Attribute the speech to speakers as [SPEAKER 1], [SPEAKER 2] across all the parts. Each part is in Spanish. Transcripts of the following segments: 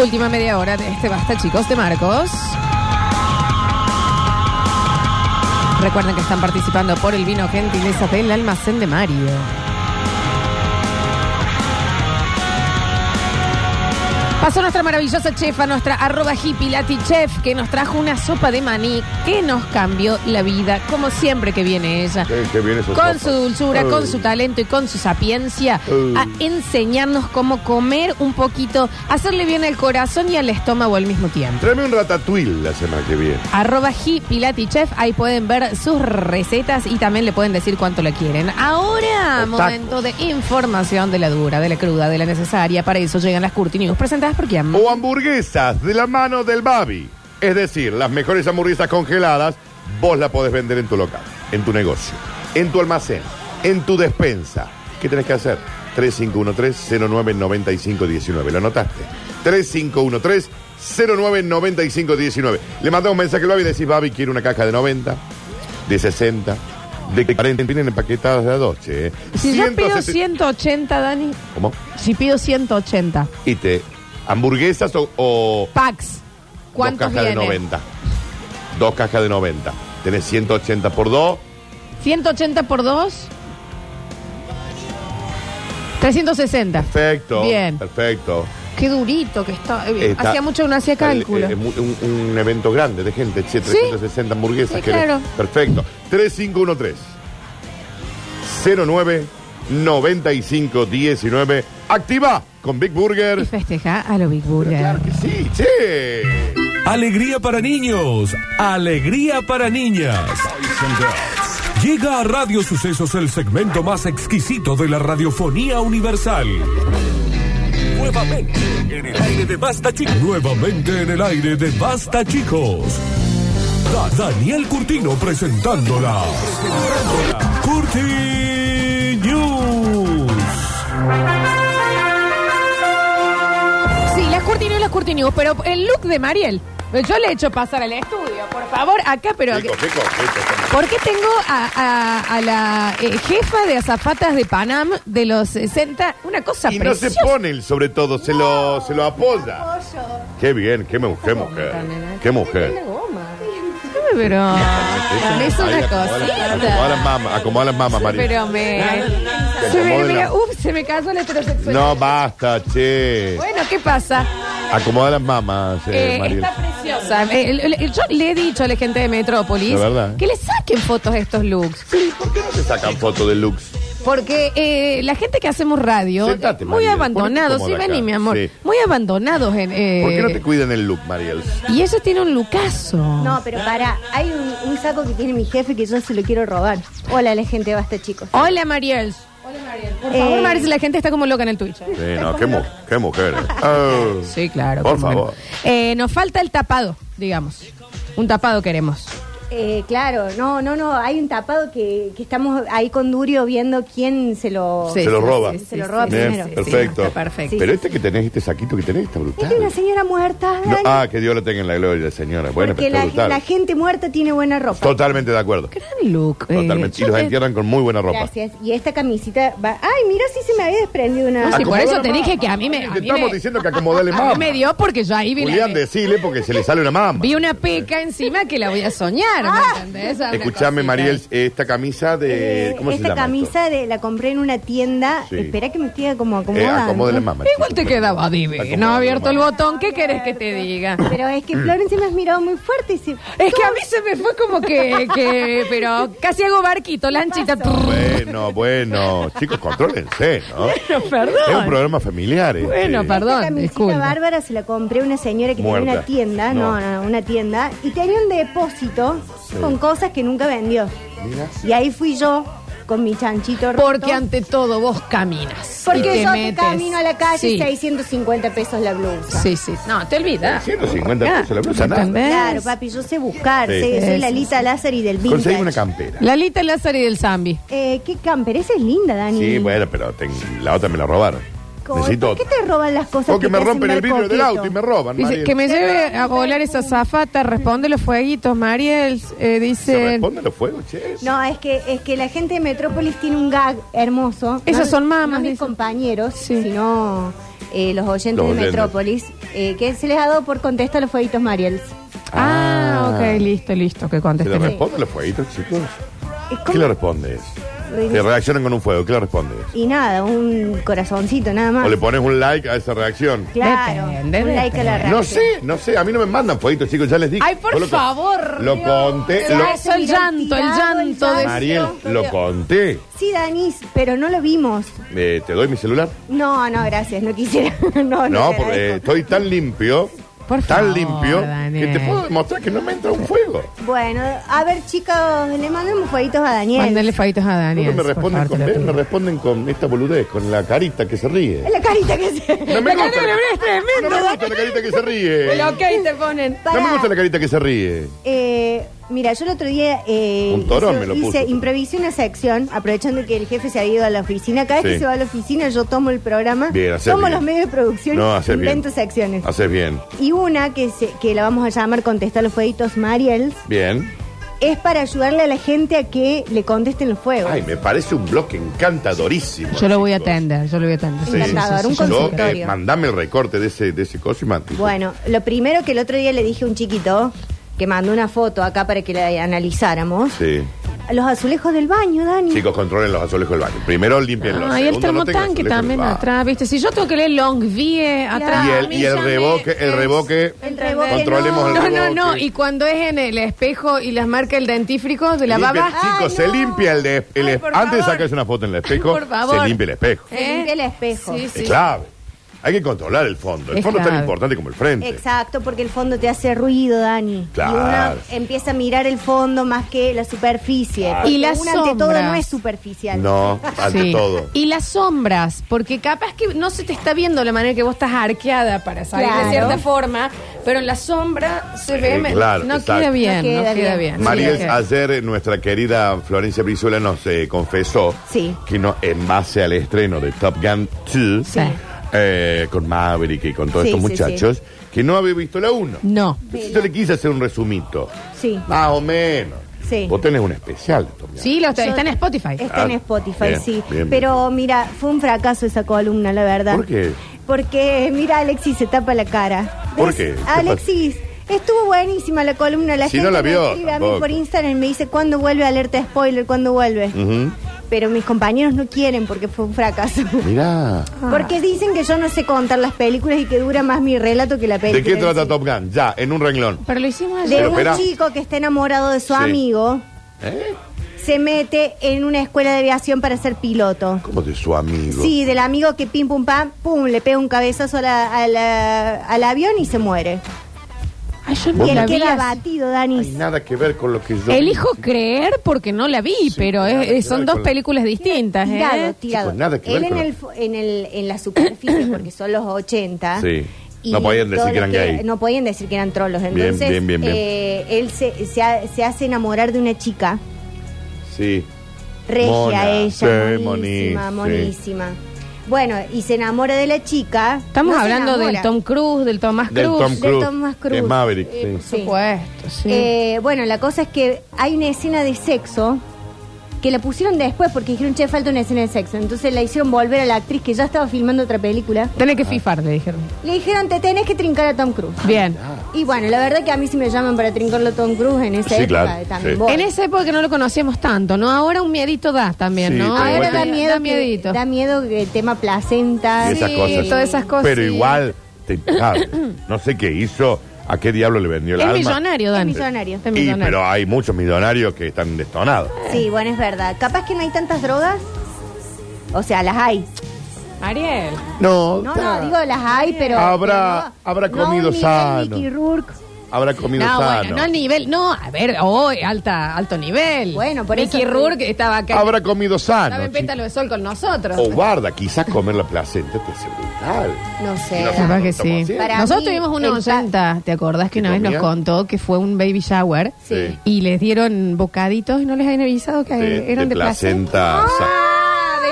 [SPEAKER 1] última media hora de este Basta, chicos, de Marcos. Recuerden que están participando por el vino gentileza del almacén de Mario. Pasó nuestra maravillosa chefa, nuestra arroba hippie Lati Chef, que nos trajo una sopa de maní que nos cambió la vida, como siempre que viene ella.
[SPEAKER 2] Qué- qué bien esas
[SPEAKER 1] con
[SPEAKER 2] sopas.
[SPEAKER 1] su dulzura,
[SPEAKER 2] Ay.
[SPEAKER 1] con su talento y con su sapiencia,
[SPEAKER 2] Ay.
[SPEAKER 1] a enseñarnos cómo comer un poquito, hacerle bien al corazón y al estómago al mismo tiempo.
[SPEAKER 2] Tráeme un ratatouille la semana que viene.
[SPEAKER 1] Arroba Chef, ahí pueden ver sus recetas y también le pueden decir cuánto le quieren. Ahora,
[SPEAKER 2] Los
[SPEAKER 1] momento de información de la dura, de la cruda, de la necesaria. Para eso llegan las Curti News presentadas por Kiam.
[SPEAKER 2] O hamburguesas de la mano del Babi. Es decir, las mejores hamburguesas congeladas, vos las podés vender en tu local, en tu negocio, en tu almacén, en tu despensa. ¿Qué tenés que hacer? 3513-099519. ¿Lo anotaste? 3513-099519. Le mandás un mensaje al Babi y decís, Babi, quiero una caja de 90, de 60, de 40. Vienen empaquetadas de a ¿eh? dos, che.
[SPEAKER 1] Si yo pido
[SPEAKER 2] 170.
[SPEAKER 1] 180, Dani,
[SPEAKER 2] ¿Cómo?
[SPEAKER 1] si pido 180
[SPEAKER 2] Y te... Hamburguesas o- o
[SPEAKER 1] packs, ¿cuántos
[SPEAKER 2] dos cajas
[SPEAKER 1] vienen?
[SPEAKER 2] de 90. Dos cajas de 90. Tenés 180 por 2.
[SPEAKER 1] 180 por 2. 360.
[SPEAKER 2] Perfecto.
[SPEAKER 1] Bien.
[SPEAKER 2] Perfecto.
[SPEAKER 1] Qué durito que está. Eh,
[SPEAKER 2] Está-
[SPEAKER 1] hacía mucho que no hacía
[SPEAKER 2] está el-
[SPEAKER 1] cálculo.
[SPEAKER 2] eh, mu- un, un evento grande de gente, che, 360 hamburguesas.
[SPEAKER 1] Sí,
[SPEAKER 2] querés.
[SPEAKER 1] claro.
[SPEAKER 2] Perfecto. 3513 09 95 19. Activa con Big Burger.
[SPEAKER 1] y festeja a lo Big Burger.
[SPEAKER 2] Claro que sí, che.
[SPEAKER 3] Alegría para niños, alegría para niñas. Llega a Radio Sucesos el segmento más exquisito de la radiofonía universal. Nuevamente en el aire de Basta Chicos. Nuevamente en el aire de Basta Chicos. Da- Daniel Curtino presentándola. Curti News.
[SPEAKER 1] Sí, las Curti News, las Curti News, pero el look de Mariel. Yo le he hecho pasar al estudio, por favor, acá, pero...
[SPEAKER 2] Rico, rico, rico.
[SPEAKER 1] ¿Por qué tengo a, a- a la eh, jefa de azafatas de Panam de los 60? Una cosa
[SPEAKER 2] Y no se
[SPEAKER 1] preciosa.
[SPEAKER 2] pone el sobre todo, se lo, se lo apoya. Qué bien, qué mujer, qué mujer. Qué mujer.
[SPEAKER 1] Pero... Es
[SPEAKER 2] Ahí
[SPEAKER 1] una
[SPEAKER 2] acomoda las- Acomoda las
[SPEAKER 1] cosita.
[SPEAKER 2] mamas, acomoda las mamas, María.
[SPEAKER 1] Pero me...
[SPEAKER 2] Te
[SPEAKER 1] Se me,
[SPEAKER 2] acomoda la-
[SPEAKER 1] me- uf, se me cayó la heterosexualidad.
[SPEAKER 2] No, basta, che.
[SPEAKER 1] Bueno, ¿qué pasa?
[SPEAKER 2] Acomoda las mamas, eh,
[SPEAKER 1] Eh,
[SPEAKER 2] Mariel.
[SPEAKER 1] está preciosa. Eh, el- el- yo le he dicho a la gente de Metrópolis
[SPEAKER 2] La verdad, eh.
[SPEAKER 1] que le saquen fotos a estos looks.
[SPEAKER 2] Sí, ¿por qué no te sacan fotos de looks?
[SPEAKER 1] Porque eh, la gente que hacemos radio,
[SPEAKER 2] Sentate,
[SPEAKER 1] eh, muy
[SPEAKER 2] Mariela,
[SPEAKER 1] abandonados, sí,
[SPEAKER 2] ponete cómoda
[SPEAKER 1] vení,
[SPEAKER 2] acá.
[SPEAKER 1] mi amor,
[SPEAKER 2] Sí.
[SPEAKER 1] muy abandonados. En, eh,
[SPEAKER 2] ¿Por qué no te cuidan el look, Mariel?
[SPEAKER 1] Y ella tiene un lucaso.
[SPEAKER 4] No, pero para, hay un, un saco que tiene mi jefe que yo se lo quiero robar. Hola, la gente, basta, chicos.
[SPEAKER 1] Hola, Mariel. Hola, Mariel. Por favor,
[SPEAKER 4] Eh,
[SPEAKER 1] Mariel, la gente está como loca en el Twitch. ¿eh?
[SPEAKER 2] Sí, no, qué, mu- qué mujer. Oh.
[SPEAKER 1] Sí, claro.
[SPEAKER 2] Por
[SPEAKER 1] cómo no.
[SPEAKER 2] favor.
[SPEAKER 1] Eh, nos falta el tapado, digamos. Un tapado queremos.
[SPEAKER 4] Eh, claro, no, no, no, hay un tapado que, que estamos ahí con Durio viendo quién se lo...
[SPEAKER 1] Sí,
[SPEAKER 2] Se lo
[SPEAKER 1] sí,
[SPEAKER 2] roba.
[SPEAKER 1] sí, sí,
[SPEAKER 4] Se lo roba
[SPEAKER 1] sí,
[SPEAKER 2] Bien,
[SPEAKER 4] primero.
[SPEAKER 1] sí,
[SPEAKER 2] perfecto.
[SPEAKER 1] está perfecto.
[SPEAKER 2] Pero este que tenés, este saquito que tenés, está brutal.
[SPEAKER 4] Esta es una señora muerta,
[SPEAKER 2] No,
[SPEAKER 4] Dani,
[SPEAKER 2] ah, que Dios lo tenga en la gloria, señora. Bueno,
[SPEAKER 4] porque
[SPEAKER 2] pero está
[SPEAKER 4] la,
[SPEAKER 2] brutal.
[SPEAKER 4] la gente muerta tiene buena ropa.
[SPEAKER 2] Totalmente de acuerdo.
[SPEAKER 1] Gran look. eh,
[SPEAKER 2] Totalmente. Y
[SPEAKER 1] yo
[SPEAKER 2] los
[SPEAKER 1] te-
[SPEAKER 2] entierran con muy buena ropa.
[SPEAKER 4] Gracias. Y esta camisita va... Ay, mira si se me había desprendido una...
[SPEAKER 1] No, sí, por
[SPEAKER 2] Acomodala
[SPEAKER 1] eso te
[SPEAKER 2] más.
[SPEAKER 1] dije que a mí me.
[SPEAKER 2] Te
[SPEAKER 1] a mí
[SPEAKER 2] estamos
[SPEAKER 1] me-
[SPEAKER 2] diciendo que acomodale
[SPEAKER 1] a mí
[SPEAKER 2] más.
[SPEAKER 1] me dio porque yo ahí vi, la-
[SPEAKER 2] Julián, decile porque se le sale una mama.
[SPEAKER 1] vi una peca encima que la voy a soñar, ¿me
[SPEAKER 4] Ah.
[SPEAKER 1] entendés? Una
[SPEAKER 2] Escuchame,
[SPEAKER 1] cosita.
[SPEAKER 2] Mariel, esta camisa de.
[SPEAKER 4] Eh,
[SPEAKER 2] ¿Cómo se
[SPEAKER 4] esta
[SPEAKER 2] llama?
[SPEAKER 4] camisa de- la compré en una tienda.
[SPEAKER 2] Sí.
[SPEAKER 4] Espera que me esté como
[SPEAKER 2] esto? Eh,
[SPEAKER 4] acomodando.
[SPEAKER 2] acomódale la mama.
[SPEAKER 1] Igual te
[SPEAKER 2] chico.
[SPEAKER 1] quedaba divino.
[SPEAKER 2] Acomódale
[SPEAKER 1] No
[SPEAKER 2] la
[SPEAKER 1] ha abierto el
[SPEAKER 2] mama.
[SPEAKER 1] botón. ¿Qué querés que te diga?
[SPEAKER 4] Pero es que Florencia me has mirado muy fuerte. y se-
[SPEAKER 1] Es que a mí se me fue como que. que- pero casi hago barquito, lanchita.
[SPEAKER 2] Bueno, bueno. Chicos, contrólense, ¿no? Es un
[SPEAKER 1] Perdón.
[SPEAKER 2] programa familiar. este.
[SPEAKER 1] Bueno, perdón.
[SPEAKER 4] Esta camisita
[SPEAKER 1] disculpa.
[SPEAKER 4] bárbara se la compré a una señora que
[SPEAKER 2] Muerta.
[SPEAKER 4] tenía una tienda,
[SPEAKER 2] No.
[SPEAKER 4] no. no, no, una tienda, y tenía un depósito con cosas que nunca vendió.
[SPEAKER 2] Mira.
[SPEAKER 4] Y ahí fui yo con mi chanchito roto.
[SPEAKER 1] Porque ante todo vos caminas. y
[SPEAKER 4] Porque
[SPEAKER 1] te
[SPEAKER 4] yo te
[SPEAKER 1] metes.
[SPEAKER 4] camino a la calle
[SPEAKER 1] Sí.
[SPEAKER 4] 650 pesos la blusa.
[SPEAKER 1] Sí, sí. No, te olvidas.
[SPEAKER 2] 150 pesos la blusa, nada.
[SPEAKER 1] ¿Entendés?
[SPEAKER 4] Claro, papi, yo sé buscar,
[SPEAKER 2] Sí.
[SPEAKER 4] sé-
[SPEAKER 1] Sí,
[SPEAKER 4] soy
[SPEAKER 1] sí,
[SPEAKER 4] la Lita Lázaro y del vintage.
[SPEAKER 2] Conseguí una campera.
[SPEAKER 1] Lalita Lázaro y del Zambi.
[SPEAKER 4] Eh, ¿Qué camper? Esa es linda, Dani.
[SPEAKER 2] Sí, bueno, pero ten- la otra me la robaron.
[SPEAKER 4] ¿Por
[SPEAKER 2] Necesito
[SPEAKER 4] qué
[SPEAKER 2] otra.
[SPEAKER 4] te roban las cosas?
[SPEAKER 2] Porque
[SPEAKER 4] que
[SPEAKER 2] me
[SPEAKER 4] te hacen
[SPEAKER 2] rompen el
[SPEAKER 4] ver
[SPEAKER 2] vidrio del
[SPEAKER 4] coqueto?
[SPEAKER 2] auto y me roban,
[SPEAKER 1] Dice,
[SPEAKER 2] Mariel.
[SPEAKER 1] que me lleve a volar esa zafata, responde los fueguitos, Mariel. eh,
[SPEAKER 2] Se
[SPEAKER 1] dice.
[SPEAKER 2] responden los fuegos, che.
[SPEAKER 4] No, es que, es que la gente de Metrópolis tiene un gag hermoso.
[SPEAKER 1] Esas
[SPEAKER 4] No-
[SPEAKER 1] son mamas,
[SPEAKER 4] No mis
[SPEAKER 1] dicen.
[SPEAKER 4] compañeros,
[SPEAKER 1] Sí.
[SPEAKER 4] sino eh, los oyentes
[SPEAKER 2] Los
[SPEAKER 4] de
[SPEAKER 2] oyentes.
[SPEAKER 4] Metrópolis, eh, que se les ha dado por contesta los fueguitos Mariels.
[SPEAKER 1] Ah, ok, listo, listo, que
[SPEAKER 2] ¿Se le
[SPEAKER 1] conteste.
[SPEAKER 2] responde los fueguitos, chicos?
[SPEAKER 4] Es
[SPEAKER 2] ¿Qué
[SPEAKER 4] como-
[SPEAKER 2] le respondes?
[SPEAKER 4] Uy,
[SPEAKER 2] Que reaccionan con un fuego, ¿qué le respondes?
[SPEAKER 4] Y nada, un corazoncito nada más.
[SPEAKER 2] ¿O le pones un like a esa reacción?
[SPEAKER 4] Claro,
[SPEAKER 1] Depende,
[SPEAKER 4] un like a la
[SPEAKER 1] depende.
[SPEAKER 2] No
[SPEAKER 4] reacción.
[SPEAKER 2] sé, no sé, a mí no me mandan fueguitos, chicos, ya les dije.
[SPEAKER 1] Ay, por
[SPEAKER 2] Yo lo con-
[SPEAKER 1] favor,
[SPEAKER 2] Lo
[SPEAKER 1] Dios.
[SPEAKER 2] conté,
[SPEAKER 1] Lo-
[SPEAKER 2] lo,
[SPEAKER 1] Eso, el llanto, el llanto de-
[SPEAKER 2] Mariel, lo conté.
[SPEAKER 4] Sí, Danis, pero no lo vimos.
[SPEAKER 2] Eh, ¿Te doy mi celular?
[SPEAKER 4] No, no, gracias, no quisiera. No, no,
[SPEAKER 2] No,
[SPEAKER 4] te
[SPEAKER 2] porque eh,
[SPEAKER 4] agradezco.
[SPEAKER 2] estoy tan limpio,
[SPEAKER 1] Por
[SPEAKER 2] tan
[SPEAKER 1] favor,
[SPEAKER 2] limpio,
[SPEAKER 1] Daniel.
[SPEAKER 2] que te puedo demostrar que no me entra un fuego.
[SPEAKER 4] Bueno, a ver, chicos, le mandamos fueguitos a Daniel.
[SPEAKER 1] Mándale faditos a Dani.
[SPEAKER 2] Porque me responden, con, eh, me responden con esta boludez, con la carita que se ríe.
[SPEAKER 4] Es la carita que se.
[SPEAKER 2] No me
[SPEAKER 1] La
[SPEAKER 2] gusta,
[SPEAKER 1] cara de Brea es
[SPEAKER 2] no
[SPEAKER 1] tremenda.
[SPEAKER 2] me gusta la carita que se ríe.
[SPEAKER 1] El ok te ponen.
[SPEAKER 2] No me
[SPEAKER 4] Pará.
[SPEAKER 2] gusta la carita que se ríe.
[SPEAKER 4] Eh, mira, yo el otro día eh,
[SPEAKER 2] Un torón
[SPEAKER 4] hice,
[SPEAKER 2] me lo puso.
[SPEAKER 4] hice- improvisé una sección, aprovechando que el jefe se ha ido a la oficina. Cada vez
[SPEAKER 2] Sí.
[SPEAKER 4] que se va a la oficina, yo tomo el programa,
[SPEAKER 2] Bien, haces
[SPEAKER 4] tomo
[SPEAKER 2] bien.
[SPEAKER 4] los medios de producción
[SPEAKER 2] No,
[SPEAKER 4] y
[SPEAKER 2] haces bien.
[SPEAKER 4] invento secciones.
[SPEAKER 2] Haces bien.
[SPEAKER 4] Y una que, se- que la vamos a llamar Contestar los Fueguitos Mariels
[SPEAKER 2] Bien.
[SPEAKER 4] es para ayudarle a la gente a que le contesten los fuegos.
[SPEAKER 2] Ay, me parece un bloque encantadorísimo.
[SPEAKER 1] Yo lo voy a
[SPEAKER 2] chicos.
[SPEAKER 1] atender, yo lo voy a atender.
[SPEAKER 2] Sí.
[SPEAKER 4] Encantador, un
[SPEAKER 2] Yo,
[SPEAKER 4] consultorio.
[SPEAKER 2] eh, mandame el recorte de ese, de ese coso y mate.
[SPEAKER 4] Bueno, lo primero que el otro día le dije a un chiquito que mandó una foto acá para que la analizáramos.
[SPEAKER 2] Sí.
[SPEAKER 4] Los azulejos del baño, Dani.
[SPEAKER 2] Chicos, controlen los azulejos del baño. Primero limpien los
[SPEAKER 1] Ah, y el termotanque
[SPEAKER 2] tanque
[SPEAKER 1] también atrás, ¿viste? Si yo tengo que leer Long Vie atrás.
[SPEAKER 2] Y
[SPEAKER 1] a
[SPEAKER 2] el,
[SPEAKER 1] mí
[SPEAKER 2] y el
[SPEAKER 1] ya me-
[SPEAKER 2] reboque, el reboque.
[SPEAKER 4] El reboque
[SPEAKER 2] Controlemos
[SPEAKER 4] no.
[SPEAKER 2] el
[SPEAKER 1] No,
[SPEAKER 2] reboque.
[SPEAKER 1] no, no. Y cuando es en el espejo y las marca el dentífrico de la
[SPEAKER 2] Limpia-
[SPEAKER 1] baba.
[SPEAKER 2] Chicos,
[SPEAKER 4] Ay,
[SPEAKER 2] se
[SPEAKER 4] no.
[SPEAKER 2] limpia el, de- el
[SPEAKER 1] Ay,
[SPEAKER 2] es-
[SPEAKER 1] por
[SPEAKER 2] Antes de
[SPEAKER 1] favor.
[SPEAKER 2] sacarse una foto en el espejo,
[SPEAKER 1] Por favor.
[SPEAKER 2] se limpia el espejo.
[SPEAKER 4] Ah, Se limpia el espejo.
[SPEAKER 1] Sí, sí.
[SPEAKER 2] Es clave. Hay que controlar el fondo. El
[SPEAKER 1] Es
[SPEAKER 2] fondo es tan
[SPEAKER 1] clave.
[SPEAKER 2] importante como el frente.
[SPEAKER 4] Exacto, porque el fondo te hace ruido, Dani.
[SPEAKER 2] Claro.
[SPEAKER 4] Y uno empieza a mirar el fondo más que la superficie.
[SPEAKER 2] Claro.
[SPEAKER 4] Porque
[SPEAKER 1] Y las
[SPEAKER 4] uno, ante todo
[SPEAKER 1] sombras.
[SPEAKER 4] no es superficial.
[SPEAKER 2] No, ante
[SPEAKER 1] Sí.
[SPEAKER 2] todo.
[SPEAKER 1] Y las sombras, porque capaz que no se te está viendo la manera que vos estás arqueada para salir
[SPEAKER 4] Claro.
[SPEAKER 1] de cierta forma, pero en la sombra se ve.
[SPEAKER 2] Eh,
[SPEAKER 1] me-
[SPEAKER 2] claro,
[SPEAKER 1] no,
[SPEAKER 2] exacto.
[SPEAKER 1] queda bien, no queda bien,
[SPEAKER 2] Mariel,
[SPEAKER 1] Sí, ok.
[SPEAKER 2] ayer eh, nuestra querida Florencia Brizuela nos eh, confesó
[SPEAKER 4] Sí.
[SPEAKER 2] que no, en base al estreno de Top Gun 2,
[SPEAKER 1] Sí.
[SPEAKER 2] eh, con Maverick y con todos
[SPEAKER 4] Sí,
[SPEAKER 2] estos
[SPEAKER 4] sí,
[SPEAKER 2] muchachos, que no había visto la 1.
[SPEAKER 1] No.
[SPEAKER 2] Yo le quise hacer un resumito.
[SPEAKER 4] Sí.
[SPEAKER 2] Más o menos.
[SPEAKER 4] Sí.
[SPEAKER 2] Vos tenés un especial de Top Gun.
[SPEAKER 1] Sí, lo- está en Spotify.
[SPEAKER 4] Está en
[SPEAKER 2] Ah,
[SPEAKER 4] Spotify,
[SPEAKER 2] bien,
[SPEAKER 4] sí.
[SPEAKER 2] bien,
[SPEAKER 4] Pero mira, fue un fracaso esa columna, la verdad.
[SPEAKER 2] ¿Por qué?
[SPEAKER 4] Porque, mira, Alexis se tapa la cara.
[SPEAKER 2] ¿Por
[SPEAKER 4] ¿Ves?
[SPEAKER 2] qué? ¿Qué
[SPEAKER 4] Alexis, estuvo buenísima la columna. La
[SPEAKER 2] Si
[SPEAKER 4] gente
[SPEAKER 2] no la
[SPEAKER 4] me
[SPEAKER 2] vio,
[SPEAKER 4] escribe a mí
[SPEAKER 2] tampoco.
[SPEAKER 4] por Instagram y me dice, ¿cuándo vuelve alerta spoiler? ¿Cuándo vuelve?
[SPEAKER 2] Ujú.
[SPEAKER 4] Pero mis compañeros no quieren porque fue un fracaso.
[SPEAKER 2] Mirá.
[SPEAKER 4] Porque dicen que yo no sé contar las películas y que dura más mi relato que la película.
[SPEAKER 2] ¿De qué
[SPEAKER 4] en
[SPEAKER 2] trata
[SPEAKER 4] sí.
[SPEAKER 2] Top Gun? Ya, en un renglón.
[SPEAKER 1] Pero lo hicimos
[SPEAKER 4] De
[SPEAKER 1] ayer.
[SPEAKER 2] Pero
[SPEAKER 4] un
[SPEAKER 2] espera.
[SPEAKER 4] chico que está enamorado de su
[SPEAKER 2] Sí.
[SPEAKER 4] amigo,
[SPEAKER 2] ¿Eh?
[SPEAKER 4] se mete en una escuela de aviación para ser piloto.
[SPEAKER 2] ¿Cómo de su amigo?
[SPEAKER 4] Sí, del amigo que pim pum pam, pum, le pega un cabezazo a la- a la- al avión y se muere.
[SPEAKER 1] Ay, yo no
[SPEAKER 4] Y
[SPEAKER 1] la
[SPEAKER 4] él
[SPEAKER 1] vi
[SPEAKER 4] queda
[SPEAKER 1] así.
[SPEAKER 4] abatido,
[SPEAKER 2] Hay
[SPEAKER 4] Danis.
[SPEAKER 2] nada que ver con lo que yo.
[SPEAKER 1] Elijo creer porque no la vi, pero es-
[SPEAKER 2] nada que
[SPEAKER 1] es- son
[SPEAKER 2] ver
[SPEAKER 1] dos
[SPEAKER 2] con la-
[SPEAKER 1] películas distintas, ¿eh?
[SPEAKER 4] Tirado, tirado.
[SPEAKER 2] Chicos, pues nada que
[SPEAKER 4] Él
[SPEAKER 2] ver
[SPEAKER 4] en,
[SPEAKER 2] con
[SPEAKER 4] el, fo- en, el, en la superficie, porque son los 80.
[SPEAKER 2] Sí.
[SPEAKER 4] y
[SPEAKER 2] No podían decir
[SPEAKER 4] todo
[SPEAKER 2] que
[SPEAKER 4] lo
[SPEAKER 2] eran gay.
[SPEAKER 4] No podían decir que eran trolos.
[SPEAKER 2] Bien,
[SPEAKER 4] Entonces,
[SPEAKER 2] bien, bien, bien.
[SPEAKER 4] eh, él se, se, ha- se hace enamorar de una chica,
[SPEAKER 2] Sí.
[SPEAKER 4] regia
[SPEAKER 2] Mona.
[SPEAKER 4] ella,
[SPEAKER 2] Sí,
[SPEAKER 4] monísima,
[SPEAKER 2] moní, sí.
[SPEAKER 4] monísima. Bueno, y se enamora de la chica.
[SPEAKER 1] Estamos
[SPEAKER 4] No se
[SPEAKER 1] hablando del
[SPEAKER 4] enamora.
[SPEAKER 1] Tom Cruise, del Tomás
[SPEAKER 2] Del
[SPEAKER 1] Cruz.
[SPEAKER 2] Tom
[SPEAKER 4] del
[SPEAKER 2] Cruise.
[SPEAKER 4] Thomas Cruz.
[SPEAKER 2] De Maverick.
[SPEAKER 4] Eh,
[SPEAKER 2] sí.
[SPEAKER 4] sí.
[SPEAKER 1] Por supuesto, sí.
[SPEAKER 4] Eh, bueno, la cosa es que hay una escena de sexo que la pusieron después porque dijeron, che, falta una escena de sexo. Entonces la hicieron volver a la actriz que ya estaba filmando otra película.
[SPEAKER 1] Tenés que fifar, le dijeron.
[SPEAKER 4] Le dijeron, te tenés que trincar a Tom Cruise.
[SPEAKER 1] Bien.
[SPEAKER 2] Ah,
[SPEAKER 4] Y bueno, la verdad que a mí si me llaman para trincarlo a Tom Cruise en esa
[SPEAKER 2] Sí,
[SPEAKER 4] época
[SPEAKER 2] claro,
[SPEAKER 4] también
[SPEAKER 2] sí.
[SPEAKER 4] voy.
[SPEAKER 1] En esa época no lo conocíamos tanto, ¿no? Ahora un miedito da también,
[SPEAKER 2] Sí,
[SPEAKER 1] ¿no?
[SPEAKER 2] pero
[SPEAKER 1] Ahora
[SPEAKER 2] igual
[SPEAKER 1] da
[SPEAKER 2] te-
[SPEAKER 1] miedo, da miedito.
[SPEAKER 4] Da miedo el tema placenta.
[SPEAKER 2] Y esas
[SPEAKER 1] Ah, Sí,
[SPEAKER 2] cosas.
[SPEAKER 1] todas esas cosas,
[SPEAKER 2] Pero
[SPEAKER 1] sí.
[SPEAKER 2] igual, te- sabe, no sé qué hizo, a qué diablo le vendió el
[SPEAKER 1] es
[SPEAKER 2] alma.
[SPEAKER 1] millonario, Dani.
[SPEAKER 4] Es millonario.
[SPEAKER 1] Es
[SPEAKER 2] Y,
[SPEAKER 1] millonario.
[SPEAKER 2] pero hay muchos millonarios que están destonados.
[SPEAKER 4] Sí, bueno, es verdad. Capaz que no hay tantas drogas. O sea, las hay.
[SPEAKER 1] Ariel.
[SPEAKER 2] No,
[SPEAKER 4] No, no, digo las hay, pero...
[SPEAKER 2] Habrá-
[SPEAKER 4] pero no-
[SPEAKER 2] habrá
[SPEAKER 4] no un
[SPEAKER 2] comido
[SPEAKER 4] nivel
[SPEAKER 2] sano.
[SPEAKER 4] Mickey Rourke.
[SPEAKER 2] habrá comido
[SPEAKER 1] No,
[SPEAKER 2] sano.
[SPEAKER 1] bueno, no al nivel. No, a ver, hoy, alta, alto nivel.
[SPEAKER 4] Bueno, por
[SPEAKER 1] Mickey
[SPEAKER 4] eso-
[SPEAKER 1] Rourke estaba acá.
[SPEAKER 2] Habrá comido
[SPEAKER 1] Estaba
[SPEAKER 2] sano.
[SPEAKER 1] en pétalo de sol con nosotros.
[SPEAKER 2] chico. O guarda, quizás comer la placenta te hace brutal.
[SPEAKER 4] No sé.
[SPEAKER 2] No sé.
[SPEAKER 1] Capaz que
[SPEAKER 2] Estamos
[SPEAKER 1] sí.
[SPEAKER 2] haciendo.
[SPEAKER 4] Para
[SPEAKER 1] Nosotros
[SPEAKER 4] mí,
[SPEAKER 1] tuvimos una
[SPEAKER 4] el pa-
[SPEAKER 1] oyenta, ¿te acordás que
[SPEAKER 2] ¿Que
[SPEAKER 1] una vez nos
[SPEAKER 2] comía?
[SPEAKER 1] contó que fue un baby shower?
[SPEAKER 2] Sí.
[SPEAKER 1] Y les dieron bocaditos y no les habían avisado que
[SPEAKER 2] De,
[SPEAKER 1] eran
[SPEAKER 2] de
[SPEAKER 1] de, placenta.
[SPEAKER 2] placenta. sa-
[SPEAKER 1] ¡Ah!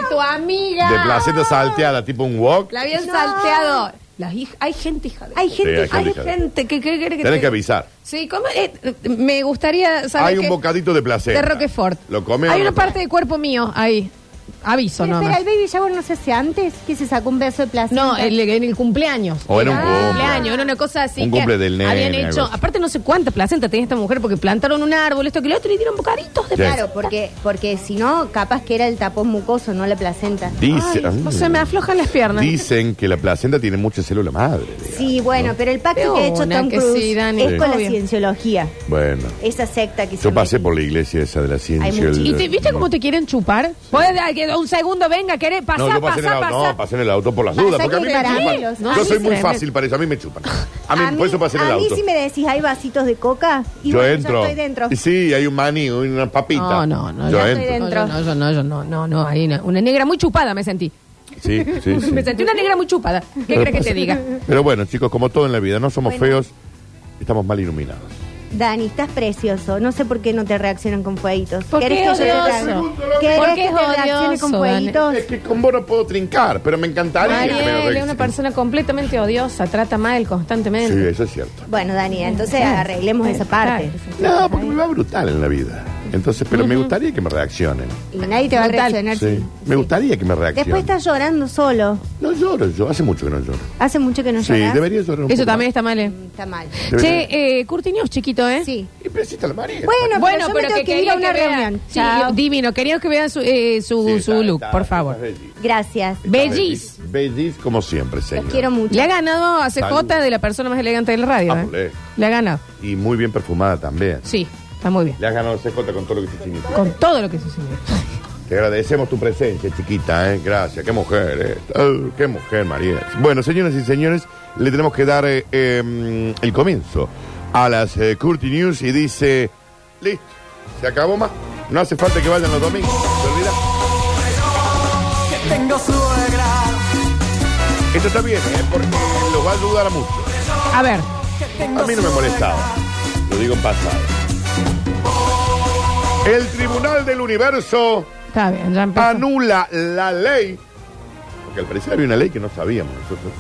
[SPEAKER 1] De tu amiga.
[SPEAKER 2] De placenta salteada, tipo un wok.
[SPEAKER 1] La habían salteado. Las hij- hay gente, hija de...
[SPEAKER 4] Hay
[SPEAKER 2] Sí, hay
[SPEAKER 4] gente...
[SPEAKER 2] gente
[SPEAKER 1] Hay
[SPEAKER 2] hija de-
[SPEAKER 1] gente que... que, que, que-
[SPEAKER 2] Tenés que avisar.
[SPEAKER 1] Sí, ¿cómo? Eh, eh, me gustaría saber
[SPEAKER 2] Hay un
[SPEAKER 1] que-
[SPEAKER 2] bocadito de placenta.
[SPEAKER 1] De Roquefort.
[SPEAKER 2] Lo come. o
[SPEAKER 1] Hay
[SPEAKER 2] no
[SPEAKER 1] una
[SPEAKER 2] lo come?
[SPEAKER 1] parte de cuerpo mío ahí. Aviso,
[SPEAKER 4] Pero
[SPEAKER 1] no.
[SPEAKER 4] espera, el baby shower no se hace antes, que se sacó un beso de placenta.
[SPEAKER 1] No, el- en el cumpleaños.
[SPEAKER 2] O era un
[SPEAKER 1] el
[SPEAKER 2] cumple.
[SPEAKER 1] cumpleaños, era una cosa así.
[SPEAKER 2] Un
[SPEAKER 1] que
[SPEAKER 2] cumple del nene,
[SPEAKER 1] Habían hecho,
[SPEAKER 2] algo así.
[SPEAKER 1] aparte no sé cuánta placenta tenía esta mujer porque plantaron un árbol, esto que lo otro, y le dieron bocaditos de
[SPEAKER 2] Sí.
[SPEAKER 1] placenta.
[SPEAKER 4] Claro, porque, porque si no, capaz que era el tapón mucoso, no la placenta.
[SPEAKER 2] Dice- ah.
[SPEAKER 1] Ay, no se me aflojan las piernas.
[SPEAKER 2] Dicen que la placenta tiene mucha célula madre. digamos,
[SPEAKER 4] Sí, bueno,
[SPEAKER 2] ¿no?
[SPEAKER 4] pero el pacto
[SPEAKER 1] Pero
[SPEAKER 4] que ha hecho
[SPEAKER 1] una
[SPEAKER 4] Tom
[SPEAKER 1] que
[SPEAKER 4] Cruise
[SPEAKER 1] sí, Dani.
[SPEAKER 4] es
[SPEAKER 2] Sí.
[SPEAKER 4] con la
[SPEAKER 1] Obvio.
[SPEAKER 4] cienciología.
[SPEAKER 2] Bueno,
[SPEAKER 4] Esa secta que se
[SPEAKER 2] yo pasé
[SPEAKER 4] mete.
[SPEAKER 2] por la iglesia esa de la ciencia.
[SPEAKER 4] Hay muchísimas.
[SPEAKER 1] ¿Y te, viste cómo te quieren chupar? Puedes dar que un segundo, venga, querés
[SPEAKER 2] No,
[SPEAKER 1] pasar,
[SPEAKER 2] yo pasé en el
[SPEAKER 1] pasar,
[SPEAKER 2] auto, no,
[SPEAKER 1] pasar.
[SPEAKER 2] pasé en el auto por las
[SPEAKER 4] Pasa
[SPEAKER 2] dudas, porque a mí
[SPEAKER 4] que
[SPEAKER 2] me
[SPEAKER 4] para mí
[SPEAKER 2] chupan.
[SPEAKER 4] los-
[SPEAKER 1] no,
[SPEAKER 2] yo
[SPEAKER 1] sí,
[SPEAKER 2] soy muy
[SPEAKER 1] tremendo.
[SPEAKER 2] fácil para eso, a mí me chupan. A mí, por eso pasé en el
[SPEAKER 4] a mí
[SPEAKER 2] auto.
[SPEAKER 4] si me decís, hay vasitos de coca, y
[SPEAKER 2] yo
[SPEAKER 4] bueno,
[SPEAKER 2] entro.
[SPEAKER 4] yo estoy dentro.
[SPEAKER 2] Y sí, hay un maní, una papita.
[SPEAKER 1] No, no, no.
[SPEAKER 2] Yo
[SPEAKER 4] yo
[SPEAKER 2] entro.
[SPEAKER 4] estoy
[SPEAKER 1] No, yo no, yo no, yo no, no, no, ahí no. Una negra muy chupada me sentí.
[SPEAKER 2] Sí, sí, sí.
[SPEAKER 1] Me sentí una negra muy chupada. ¿Qué
[SPEAKER 2] Pero
[SPEAKER 1] crees que
[SPEAKER 2] pasa-
[SPEAKER 1] te diga?
[SPEAKER 2] Pero bueno, chicos, como todo en la vida, no somos
[SPEAKER 4] Bueno.
[SPEAKER 2] feos, estamos mal iluminados.
[SPEAKER 4] Dani, estás precioso. No sé por qué no te reaccionan con fueguitos.
[SPEAKER 1] ¿Por qué
[SPEAKER 4] ¿Querés que yo te
[SPEAKER 1] odioso?
[SPEAKER 4] reaccione?
[SPEAKER 2] ¿Por
[SPEAKER 1] qué
[SPEAKER 4] ¿Querés que
[SPEAKER 1] es
[SPEAKER 4] te reaccione
[SPEAKER 1] odioso,
[SPEAKER 4] con
[SPEAKER 1] Dani?
[SPEAKER 4] fueguitos?
[SPEAKER 2] Es que con vos no puedo trincar, pero me encantaría. que me lo
[SPEAKER 1] Mariel es una
[SPEAKER 2] regreses.
[SPEAKER 1] persona completamente odiosa, trata mal
[SPEAKER 2] Sí,
[SPEAKER 1] constantemente.
[SPEAKER 2] eso es cierto.
[SPEAKER 4] Bueno, Dani, entonces arreglemos esa parte.
[SPEAKER 2] No, porque me va brutal en la vida. Entonces, pero me gustaría que me reaccionen.
[SPEAKER 4] Y nadie te va a
[SPEAKER 1] Brutal.
[SPEAKER 4] reaccionar.
[SPEAKER 2] Sí.
[SPEAKER 4] si-
[SPEAKER 2] Me gustaría que me
[SPEAKER 4] Después
[SPEAKER 2] reaccionen.
[SPEAKER 4] estás llorando solo.
[SPEAKER 2] No lloro yo, hace mucho que no lloro.
[SPEAKER 4] Hace mucho que no
[SPEAKER 2] Sí,
[SPEAKER 4] lloras.
[SPEAKER 2] debería llorar un
[SPEAKER 1] Eso
[SPEAKER 2] poco
[SPEAKER 1] también
[SPEAKER 2] más.
[SPEAKER 1] está mal. eh.
[SPEAKER 4] Está mal.
[SPEAKER 2] Debería.
[SPEAKER 1] Che, eh, Curti News, chiquito, ¿eh?
[SPEAKER 4] Sí.
[SPEAKER 2] Y pero si está la María.
[SPEAKER 1] Bueno,
[SPEAKER 4] Bueno, pero
[SPEAKER 1] pero,
[SPEAKER 4] yo me
[SPEAKER 1] que,
[SPEAKER 4] tengo que ir
[SPEAKER 1] quería
[SPEAKER 4] a una
[SPEAKER 1] que vean-
[SPEAKER 4] reunión.
[SPEAKER 1] Sí,
[SPEAKER 4] Chao.
[SPEAKER 1] divino, queríamos que vean su, eh, su,
[SPEAKER 2] Sí,
[SPEAKER 1] su
[SPEAKER 2] está-
[SPEAKER 1] look,
[SPEAKER 2] está-
[SPEAKER 1] por
[SPEAKER 2] está
[SPEAKER 1] favor.
[SPEAKER 2] bellis.
[SPEAKER 4] Gracias.
[SPEAKER 1] Ve- Bellis.
[SPEAKER 2] Bellis como siempre,
[SPEAKER 4] Los
[SPEAKER 2] señor.
[SPEAKER 4] quiero mucho.
[SPEAKER 1] Le ha ganado a CJ
[SPEAKER 2] Salud.
[SPEAKER 1] de la persona más elegante del radio.
[SPEAKER 2] Ah,
[SPEAKER 1] ¿eh?
[SPEAKER 2] olé.
[SPEAKER 1] Le ha ganado.
[SPEAKER 2] Y muy bien perfumada también.
[SPEAKER 1] Sí, está muy bien.
[SPEAKER 2] Le has ganado CJ con todo lo que te significa.
[SPEAKER 1] Con todo lo que se sucedió.
[SPEAKER 2] Te agradecemos tu presencia, chiquita, ¿eh? Gracias. Qué mujer, ¿eh? Ah, qué mujer, María. Bueno, señoras y señores, le tenemos que dar eh, eh, el comienzo a las eh, Curti News y dice: Listo, se acabó más. No hace falta que vayan los domingos. ¿Se olvida?
[SPEAKER 5] Tengo suegra,
[SPEAKER 2] Esto está bien, ¿eh? Porque los va a ayudar a mucho.
[SPEAKER 1] A ver,
[SPEAKER 2] A mí no me molestaba. Lo digo en pasado. El Tribunal del Universo
[SPEAKER 1] está bien, ya
[SPEAKER 2] Ah,
[SPEAKER 1] empezó.
[SPEAKER 2] anula la ley. Porque al parecer había una ley que no sabíamos nosotros.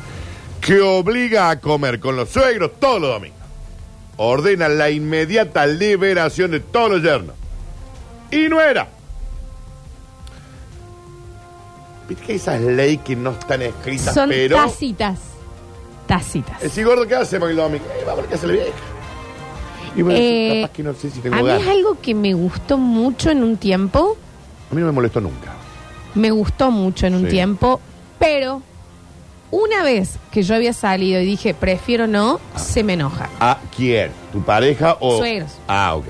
[SPEAKER 2] Que obliga a comer con los suegros todos los domingos. Ordena la inmediata liberación de todos los yernos. Y no era. ¿Viste que hay esas leyes que no están escritas,
[SPEAKER 1] Son
[SPEAKER 2] pero.
[SPEAKER 1] tacitas. Tacitas.
[SPEAKER 2] Es gordo, ¿qué hacemos el domingo? Eh, vamos a casa de la vieja. Y bueno,
[SPEAKER 1] Eh,
[SPEAKER 2] capaz que no sé si
[SPEAKER 1] A
[SPEAKER 2] tengo
[SPEAKER 1] mí
[SPEAKER 2] ganas.
[SPEAKER 1] es algo que me gustó mucho en un tiempo.
[SPEAKER 2] A mí no me molestó nunca.
[SPEAKER 1] Me gustó mucho en un
[SPEAKER 2] Sí.
[SPEAKER 1] tiempo. Pero una vez que yo había salido y dije, prefiero no, se me enoja.
[SPEAKER 2] ¿A quién? ¿Tu pareja o...?
[SPEAKER 1] Suegros.
[SPEAKER 2] Ah, ok.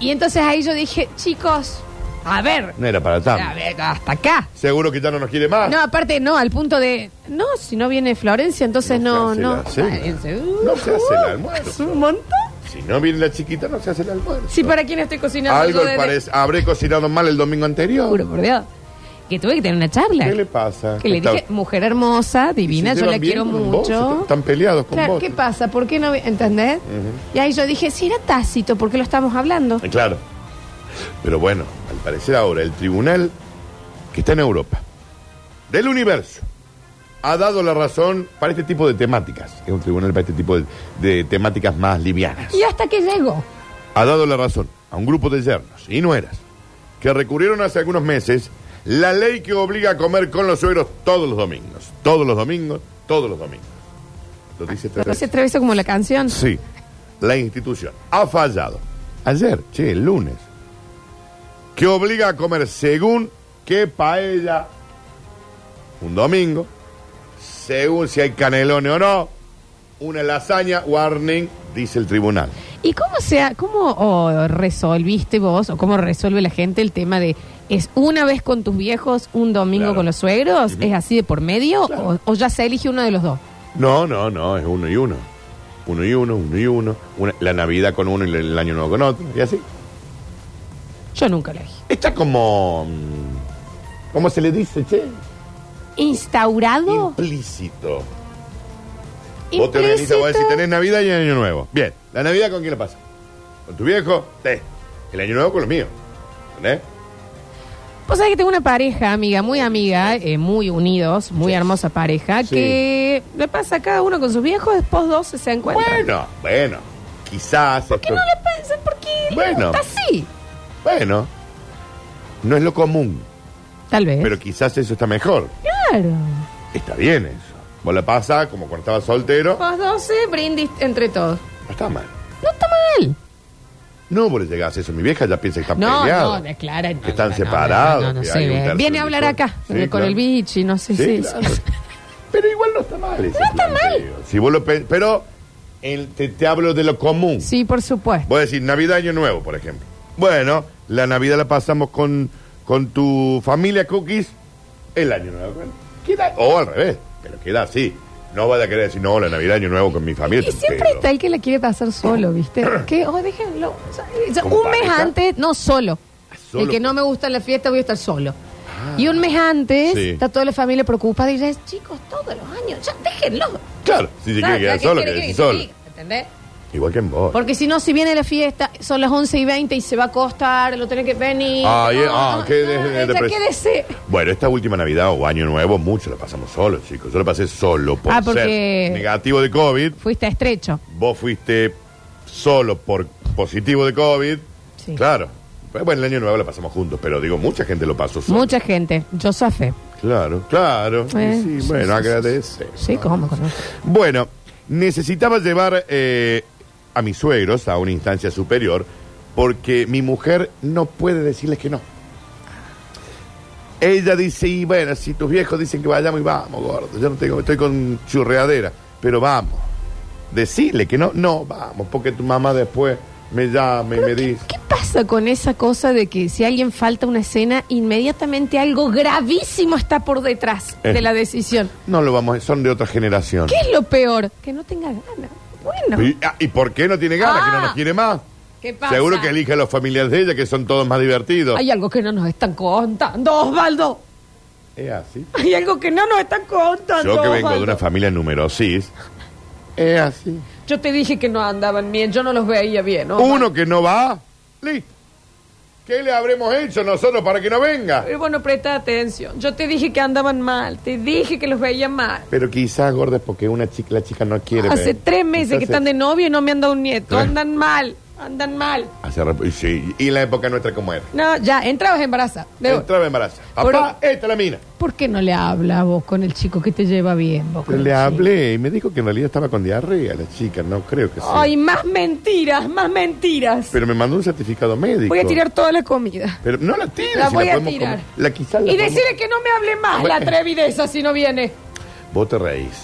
[SPEAKER 1] Y entonces ahí yo dije, chicos, a ver,
[SPEAKER 2] No era para tanto.
[SPEAKER 1] a ver, hasta acá.
[SPEAKER 2] Seguro que ya no nos quiere más.
[SPEAKER 1] No, aparte, no, al punto de. No, si no viene Florencia, entonces no.
[SPEAKER 2] se
[SPEAKER 1] No,
[SPEAKER 2] hace la cena.
[SPEAKER 1] Cállense.
[SPEAKER 2] No se hace el
[SPEAKER 1] uh, ¿Es
[SPEAKER 2] almuerzo.
[SPEAKER 1] un montón?
[SPEAKER 2] Si no viene la chiquita, no se hace el almuerzo.
[SPEAKER 1] Sí, ¿para quién estoy cocinando?
[SPEAKER 2] Algo
[SPEAKER 1] yo
[SPEAKER 2] al
[SPEAKER 1] desde-
[SPEAKER 2] parece... Habré cocinado mal el domingo anterior.
[SPEAKER 1] Juro por Dios. Que tuve que tener una charla.
[SPEAKER 2] ¿Qué le pasa?
[SPEAKER 1] Que le
[SPEAKER 2] Está-
[SPEAKER 1] dije, mujer hermosa, divina,
[SPEAKER 2] ¿Se
[SPEAKER 1] yo la
[SPEAKER 2] llevan bien
[SPEAKER 1] quiero
[SPEAKER 2] con vos?
[SPEAKER 1] mucho.
[SPEAKER 2] Están peleados con
[SPEAKER 1] claro,
[SPEAKER 2] vos.
[SPEAKER 1] ¿qué pasa? ¿Por qué no.? vi- ¿Entendés? Y ahí yo dije, si era tácito, ¿por qué lo estamos hablando?
[SPEAKER 2] Eh, Claro. Pero bueno, al parecer ahora el tribunal que está en Europa, del universo, ha dado la razón para este tipo de temáticas. Es un tribunal para este tipo de, de temáticas más livianas.
[SPEAKER 1] Y hasta que llegó.
[SPEAKER 2] Ha dado la razón a un grupo de yernos y nueras que recurrieron hace algunos meses la ley que obliga a comer con los suegros todos los domingos. Todos los domingos, todos los domingos. Lo dice esta
[SPEAKER 1] Lo se atravesó como la canción.
[SPEAKER 2] Sí, la institución ha fallado. Ayer, che, el lunes. Que obliga a comer según qué paella un domingo, según si hay canelones o no, una lasaña, warning, dice el tribunal.
[SPEAKER 1] ¿Y cómo sea, cómo o, resolviste vos o cómo resuelve la gente el tema de es una vez con tus viejos, un domingo
[SPEAKER 2] Claro.
[SPEAKER 1] con los suegros? ¿Es así de por medio o, o ya se elige uno de los dos?
[SPEAKER 2] No, no, no, es uno y uno. Uno y uno, uno y uno. Una- la Navidad con uno y el Año Nuevo con otro, y así.
[SPEAKER 1] Yo nunca lo elegí.
[SPEAKER 2] Está como... mm, ¿Cómo se le dice, che?
[SPEAKER 1] ¿Instaurado?
[SPEAKER 2] Implícito. Vos te organizas,
[SPEAKER 1] Implícito.
[SPEAKER 2] vos decís, tenés Navidad y Año Nuevo. Bien, ¿la Navidad con quién la pasa? ¿Con tu viejo? Te. El Año Nuevo con los míos. ¿Entendés?
[SPEAKER 1] Vos sabés que tengo una pareja, amiga, muy amiga, eh, muy unidos, muy hermosa pareja,
[SPEAKER 2] Sí.
[SPEAKER 1] que le pasa a cada uno con sus viejos, después 12 se encuentran.
[SPEAKER 2] Bueno, bueno. Quizás.
[SPEAKER 1] ¿Por qué no le pasa? ¿Por qué le
[SPEAKER 2] Bueno.
[SPEAKER 1] gusta así?
[SPEAKER 2] Bueno. No es lo común.
[SPEAKER 1] Tal vez.
[SPEAKER 2] Pero quizás eso está mejor.
[SPEAKER 1] Claro.
[SPEAKER 2] Está bien eso. Vos la pasás como cuando estabas soltero.
[SPEAKER 1] Vos 12, brindis entre todos.
[SPEAKER 2] No está mal.
[SPEAKER 1] No está mal.
[SPEAKER 2] No, vos le llegás eso. Mi vieja ya piensa que están
[SPEAKER 1] No,
[SPEAKER 2] peleados.
[SPEAKER 1] no, declara. no,
[SPEAKER 2] que
[SPEAKER 1] no,
[SPEAKER 2] están
[SPEAKER 1] no,
[SPEAKER 2] separados.
[SPEAKER 1] no, no, no
[SPEAKER 2] que
[SPEAKER 1] sé, eh,
[SPEAKER 2] hay un tercer
[SPEAKER 1] Viene a hablar
[SPEAKER 2] divorcio.
[SPEAKER 1] acá
[SPEAKER 2] Sí,
[SPEAKER 1] con
[SPEAKER 2] claro.
[SPEAKER 1] el bichi, no sé
[SPEAKER 2] Sí,
[SPEAKER 1] si.
[SPEAKER 2] claro. Pero igual no está mal. ese
[SPEAKER 1] No está
[SPEAKER 2] planteo. Si vos lo pe- pero el- te, te hablo de lo común.
[SPEAKER 1] Sí, por supuesto.
[SPEAKER 2] Voy a decir Navidad, Año Nuevo, por ejemplo. Bueno, la Navidad la pasamos con, con tu familia Cookies, el Año Nuevo. con- Queda, o al revés, pero queda así. No vaya a querer decir, no, la Navidad, Año Nuevo con mi familia.
[SPEAKER 1] Y siempre
[SPEAKER 2] pero-
[SPEAKER 1] está el que la quiere pasar solo, ¿viste? Que, oh, déjenlo. O sea, o sea,
[SPEAKER 2] ¿Con
[SPEAKER 1] un mes
[SPEAKER 2] pareja?
[SPEAKER 1] antes, no solo.
[SPEAKER 2] solo. Ah,
[SPEAKER 1] El que no me gusta la fiesta, voy a estar solo. Y un mes antes,
[SPEAKER 2] Sí.
[SPEAKER 1] está toda la familia preocupada y dice, chicos, todos los años, ya déjenlo.
[SPEAKER 2] Claro, si se
[SPEAKER 1] Ya,
[SPEAKER 2] quiere
[SPEAKER 1] ya,
[SPEAKER 2] quedar
[SPEAKER 1] ¿qué
[SPEAKER 2] solo,
[SPEAKER 1] quiere
[SPEAKER 2] quédese
[SPEAKER 1] que
[SPEAKER 2] solo.
[SPEAKER 1] diga? ¿Entendés?
[SPEAKER 2] Igual que en vos.
[SPEAKER 1] Porque si no, si viene la fiesta, son las 11 y 20 y se va a acostar, lo tiene que venir.
[SPEAKER 2] Ay, eh,
[SPEAKER 1] No,
[SPEAKER 2] ah,
[SPEAKER 1] no,
[SPEAKER 2] qué de-
[SPEAKER 1] no,
[SPEAKER 2] de-
[SPEAKER 1] ya
[SPEAKER 2] depres-
[SPEAKER 1] quédese.
[SPEAKER 2] Bueno, esta última Navidad o Año Nuevo, mucho la pasamos solo, chicos. Yo la pasé solo por
[SPEAKER 1] Ah, porque-
[SPEAKER 2] ser negativo de COVID.
[SPEAKER 1] Fuiste a estrecho.
[SPEAKER 2] Vos fuiste solo por positivo de COVID.
[SPEAKER 1] Sí.
[SPEAKER 2] Claro. Pero Bueno, el Año Nuevo la pasamos juntos, pero digo, mucha gente lo pasó solo.
[SPEAKER 1] Mucha gente. Yo safe.
[SPEAKER 2] Claro, claro. Y
[SPEAKER 1] Eh,
[SPEAKER 2] sí,
[SPEAKER 1] sí,
[SPEAKER 2] bueno,
[SPEAKER 1] sí, sí,
[SPEAKER 2] agradece.
[SPEAKER 1] Sí, ¿cómo? cómo?
[SPEAKER 2] Bueno, necesitaba llevar eh, a mis suegros a una instancia superior porque mi mujer no puede decirles que no. Ella dice, y bueno, si tus viejos dicen que vayamos y vamos, gordo, yo no tengo, estoy con churreadera, pero vamos. Decirle que no, no, vamos, porque tu mamá después me llama y me dice.
[SPEAKER 1] ¿Qué pasa con esa cosa de que si alguien falta a una escena, inmediatamente algo gravísimo está por detrás
[SPEAKER 2] Eh.
[SPEAKER 1] de la decisión?
[SPEAKER 2] No lo vamos, son de otra generación.
[SPEAKER 1] ¿Qué es lo peor? Que no tenga ganas. Bueno.
[SPEAKER 2] ¿Y, ah, ¿y por qué no tiene ganas? ¿Que no
[SPEAKER 1] Ah.
[SPEAKER 2] nos quiere más?
[SPEAKER 1] ¿Qué pasa?
[SPEAKER 2] Seguro que elige a los familiares de ella, que son todos más divertidos.
[SPEAKER 1] Hay algo que no nos están contando, Osvaldo.
[SPEAKER 2] Es así.
[SPEAKER 1] Hay algo que no nos están contando.
[SPEAKER 2] Yo que vengo de
[SPEAKER 1] Osvaldo.
[SPEAKER 2] una familia numerosis. Es así.
[SPEAKER 1] Yo te dije que no andaban bien, yo no los veía bien. ¿no?
[SPEAKER 2] Uno que no va, listo. ¿Qué le habremos hecho nosotros para que no venga?
[SPEAKER 1] Y Eh, bueno, presta atención. Yo te dije que andaban mal, te dije que los veía mal.
[SPEAKER 2] Pero quizás, gorda, es porque una chica, la chica no quiere
[SPEAKER 1] Hace
[SPEAKER 2] venir.
[SPEAKER 1] tres meses que
[SPEAKER 2] Entonces-
[SPEAKER 1] están de novio y no me han dado un nieto.
[SPEAKER 2] Tres.
[SPEAKER 1] Andan mal, andan mal.
[SPEAKER 2] Hace rep- y sí, y la época nuestra como era.
[SPEAKER 1] No, ya, entrabas embarazada. De-
[SPEAKER 2] Entraba embarazada.
[SPEAKER 1] Por-
[SPEAKER 2] Papá, esta es la mina.
[SPEAKER 1] ¿Por qué no le hablas vos con el chico que te lleva bien? Vos con el
[SPEAKER 2] Le
[SPEAKER 1] chico?
[SPEAKER 2] hablé y me dijo que en realidad estaba con diarrea la chica, no creo que sea.
[SPEAKER 1] Ay, más mentiras, más mentiras.
[SPEAKER 2] Pero me mandó un certificado médico.
[SPEAKER 1] Voy a tirar toda la comida.
[SPEAKER 2] Pero no la tires.
[SPEAKER 1] La
[SPEAKER 2] si
[SPEAKER 1] voy a
[SPEAKER 2] podemos
[SPEAKER 1] tirar.
[SPEAKER 2] comer. La quizás la
[SPEAKER 1] Y
[SPEAKER 2] podemos-
[SPEAKER 1] decirle que no me hable más la
[SPEAKER 2] Bueno.
[SPEAKER 1] atrevideza si no viene.
[SPEAKER 2] Vos te reís.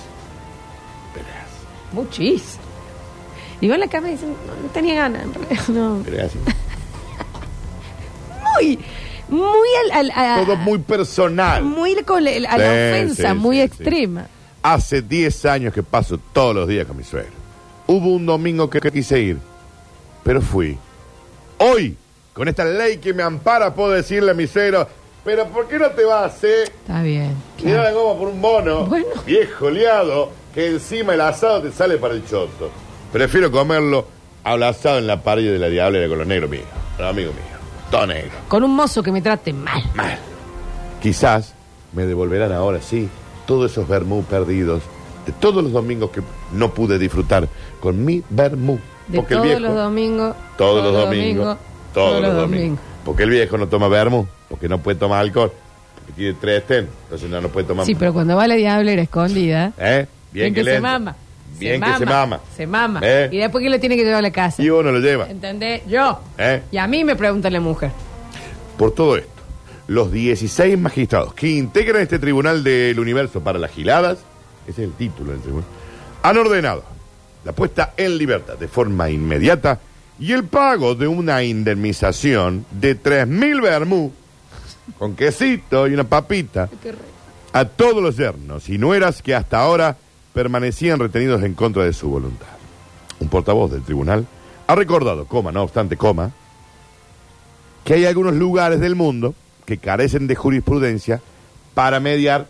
[SPEAKER 1] Muchis. Y yo en la cama y dicen, no, no tenía ganas. en realidad, No.
[SPEAKER 2] Pero es así.
[SPEAKER 1] Muy, muy al, al- a-
[SPEAKER 2] Todo muy personal.
[SPEAKER 1] Ah. muy con el- a la
[SPEAKER 2] Sí,
[SPEAKER 1] ofensa,
[SPEAKER 2] sí,
[SPEAKER 1] muy
[SPEAKER 2] sí,
[SPEAKER 1] extrema.
[SPEAKER 2] Hace 10 años que paso todos los días con mi suegro. Hubo un domingo que quise ir, pero fui. Hoy, con esta ley que me ampara, puedo decirle a mi suegro, pero ¿por qué no te vas a hacer
[SPEAKER 1] Está bien.
[SPEAKER 2] tirar la goma por un bono
[SPEAKER 1] Bueno.
[SPEAKER 2] viejo liado que encima el asado te sale para el choto? Prefiero comerlo al asado en la parrilla de la diablera con los negros míos, los amigos míos, todo negro.
[SPEAKER 1] Con un mozo que me trate mal.
[SPEAKER 2] Mal. Quizás me devolverán ahora sí todos esos vermú perdidos de todos los domingos que no pude disfrutar con mi vermú.
[SPEAKER 1] De todos los domingos.
[SPEAKER 2] todos los domingos, todos los domingos. Porque el viejo no toma vermú, porque no puede tomar alcohol, porque tiene tres ten, entonces no, no puede tomar.
[SPEAKER 1] Sí, pero cuando va la diablera escondida.
[SPEAKER 2] ¿Eh? Bien, que, le
[SPEAKER 1] se
[SPEAKER 2] entra.
[SPEAKER 1] mama.
[SPEAKER 2] Bien que se mama.
[SPEAKER 1] Se mama.
[SPEAKER 2] ¿Eh?
[SPEAKER 1] Y después que lo tiene que llevar a la casa.
[SPEAKER 2] Y uno lo lleva.
[SPEAKER 1] ¿Entendés? Yo.
[SPEAKER 2] ¿Eh?
[SPEAKER 1] Y a mí me pregunta la mujer.
[SPEAKER 2] Por todo esto, los 16 magistrados que integran este tribunal del universo para las giladas, ese es el título del tribunal, han ordenado la puesta en libertad de forma inmediata y el pago de una indemnización de 3.000 vermú con quesito y una papita a todos los yernos y nueras que hasta ahora permanecían retenidos en contra de su voluntad. Un portavoz del tribunal ha recordado, coma, no obstante, coma, que hay algunos lugares del mundo que carecen de jurisprudencia para mediar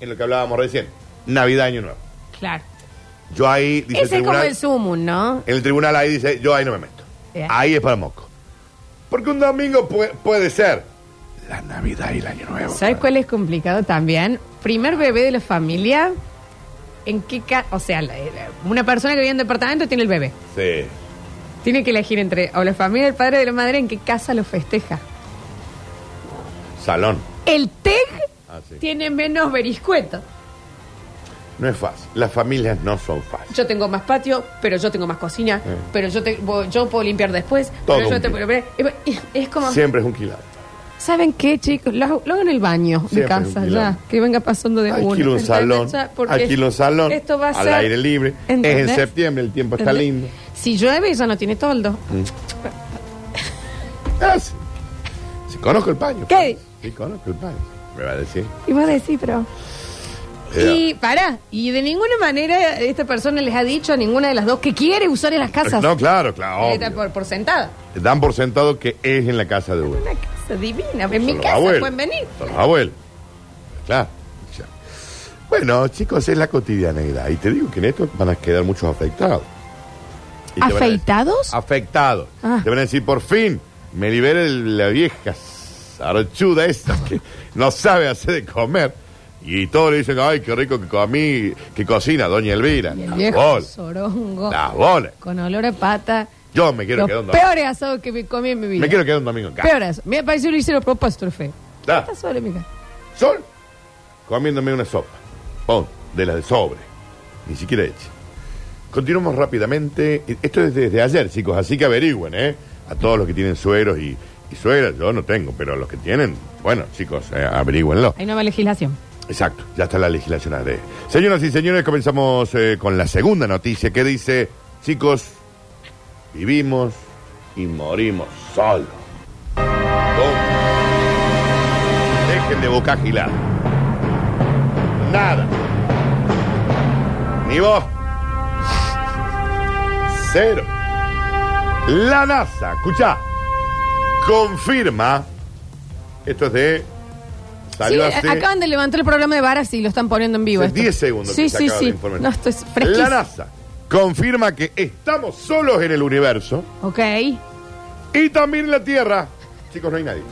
[SPEAKER 2] en lo que hablábamos recién, Navidad, Año Nuevo.
[SPEAKER 1] Claro.
[SPEAKER 2] Yo ahí, dice
[SPEAKER 1] Ese
[SPEAKER 2] el
[SPEAKER 1] es como
[SPEAKER 2] tribunal,
[SPEAKER 1] el sumum, ¿no?
[SPEAKER 2] en el tribunal ahí dice, yo ahí no me meto.
[SPEAKER 1] Bien.
[SPEAKER 2] Ahí es para moco. Porque un domingo pu- puede ser la Navidad y el Año Nuevo.
[SPEAKER 1] ¿Sabes cuál es complicado también? Primer bebé de la familia. ¿En qué ca O sea, la- la- una persona que vive en departamento tiene el bebé.
[SPEAKER 2] Sí.
[SPEAKER 1] Tiene que elegir entre o la familia del padre o de la madre en qué casa lo festeja.
[SPEAKER 2] Salón.
[SPEAKER 1] El TEG
[SPEAKER 2] Ah, sí.
[SPEAKER 1] tiene menos beriscueta.
[SPEAKER 2] No es fácil. Las familias no son fáciles.
[SPEAKER 1] Yo tengo más patio, pero yo tengo más cocina, pero yo, te- bo- yo puedo limpiar después.
[SPEAKER 2] Todo
[SPEAKER 1] pero yo
[SPEAKER 2] un
[SPEAKER 1] te-
[SPEAKER 2] kilo.
[SPEAKER 1] es- es como...
[SPEAKER 2] Siempre es un quilado.
[SPEAKER 1] ¿Saben qué, chicos? Lo, hago- lo hago en el baño de
[SPEAKER 2] Siempre
[SPEAKER 1] casa, ya.
[SPEAKER 2] un quilombo.
[SPEAKER 1] Que venga pasando de uno.
[SPEAKER 2] Alquilo un
[SPEAKER 1] ¿entendés?
[SPEAKER 2] salón.
[SPEAKER 1] Ya, porque
[SPEAKER 2] Alquilo un salón.
[SPEAKER 1] Esto va a
[SPEAKER 2] al
[SPEAKER 1] ser-
[SPEAKER 2] aire libre. Es
[SPEAKER 1] ¿entendés?
[SPEAKER 2] en septiembre, el tiempo está
[SPEAKER 1] ¿Entendés?
[SPEAKER 2] lindo.
[SPEAKER 1] Si llueve, ya no tiene toldo.
[SPEAKER 2] Mm. Ah, sí. Sí, conozco el paño.
[SPEAKER 1] ¿Qué?
[SPEAKER 2] Sí, conozco el paño. Me va a decir. Eh,
[SPEAKER 1] Y vos decís, pero... Y pará, y de ninguna manera esta persona les ha dicho a ninguna de las dos que quiere usar en las casas.
[SPEAKER 2] No, claro, claro.
[SPEAKER 1] Está
[SPEAKER 2] obvio.
[SPEAKER 1] por, por sentada.
[SPEAKER 2] Dan por sentado que es en la casa de uno.
[SPEAKER 1] Una casa divina. En
[SPEAKER 2] Son
[SPEAKER 1] mi
[SPEAKER 2] los
[SPEAKER 1] casa
[SPEAKER 2] abuelos,
[SPEAKER 1] pueden venir.
[SPEAKER 2] Son los abuelos. Claro. Ya. Bueno, chicos, es la cotidianeidad. Y te digo que en esto van a quedar muchos afectados. Y te van a decir-
[SPEAKER 1] ¿Afeitados?
[SPEAKER 2] Afectados.
[SPEAKER 1] Ah.
[SPEAKER 2] Te van a decir, por fin, me libere el- la vieja zarchuda esta que no sabe hacer de comer. Y todos le dicen, ay, qué rico que comí, que cocina Doña Elvira.
[SPEAKER 1] Y el
[SPEAKER 2] Las
[SPEAKER 1] viejo
[SPEAKER 2] bolas,
[SPEAKER 1] sorongo.
[SPEAKER 2] las bolas.
[SPEAKER 1] Con olor a pata.
[SPEAKER 2] Yo me quiero
[SPEAKER 1] Los
[SPEAKER 2] quedar un domingo.
[SPEAKER 1] peores asados que me comí en mi vida.
[SPEAKER 2] Me quiero quedar un domingo en casa.
[SPEAKER 1] Peores. Me pareció lo hicieron a propósito, fe.
[SPEAKER 2] Claro.
[SPEAKER 1] Está solo en mi casa.
[SPEAKER 2] Sol, comiéndome una sopa. Pon, de la de sobre. Ni siquiera hecha. Continuamos rápidamente. Esto es desde ayer, chicos, así que averigüen, ¿eh? A todos los que tienen sueros y, y sueras, yo no tengo, pero los que tienen, bueno, chicos, eh, averígüenlo.
[SPEAKER 1] Hay nueva legislación.
[SPEAKER 2] Exacto, ya está la legislación AD. Señoras y señores, comenzamos eh, con la segunda noticia que dice, chicos, vivimos y morimos solos. Punto. Dejen de boca gilar. Nada. Ni vos. Cero. La NASA, escucha, confirma. Esto es de...
[SPEAKER 1] Sí,
[SPEAKER 2] Salió hace-
[SPEAKER 1] a- acaban de levantar el programa de varas y lo están poniendo en vivo.
[SPEAKER 2] Hace
[SPEAKER 1] esto.
[SPEAKER 2] 10 segundos.
[SPEAKER 1] Sí,
[SPEAKER 2] que se
[SPEAKER 1] sí,
[SPEAKER 2] acaba de
[SPEAKER 1] sí.
[SPEAKER 2] informar.
[SPEAKER 1] No, esto es
[SPEAKER 2] La
[SPEAKER 1] fresquísimo.
[SPEAKER 2] NASA confirma que estamos solos en el universo
[SPEAKER 1] Ok.
[SPEAKER 2] y también en la Tierra. Chicos, no hay nadie.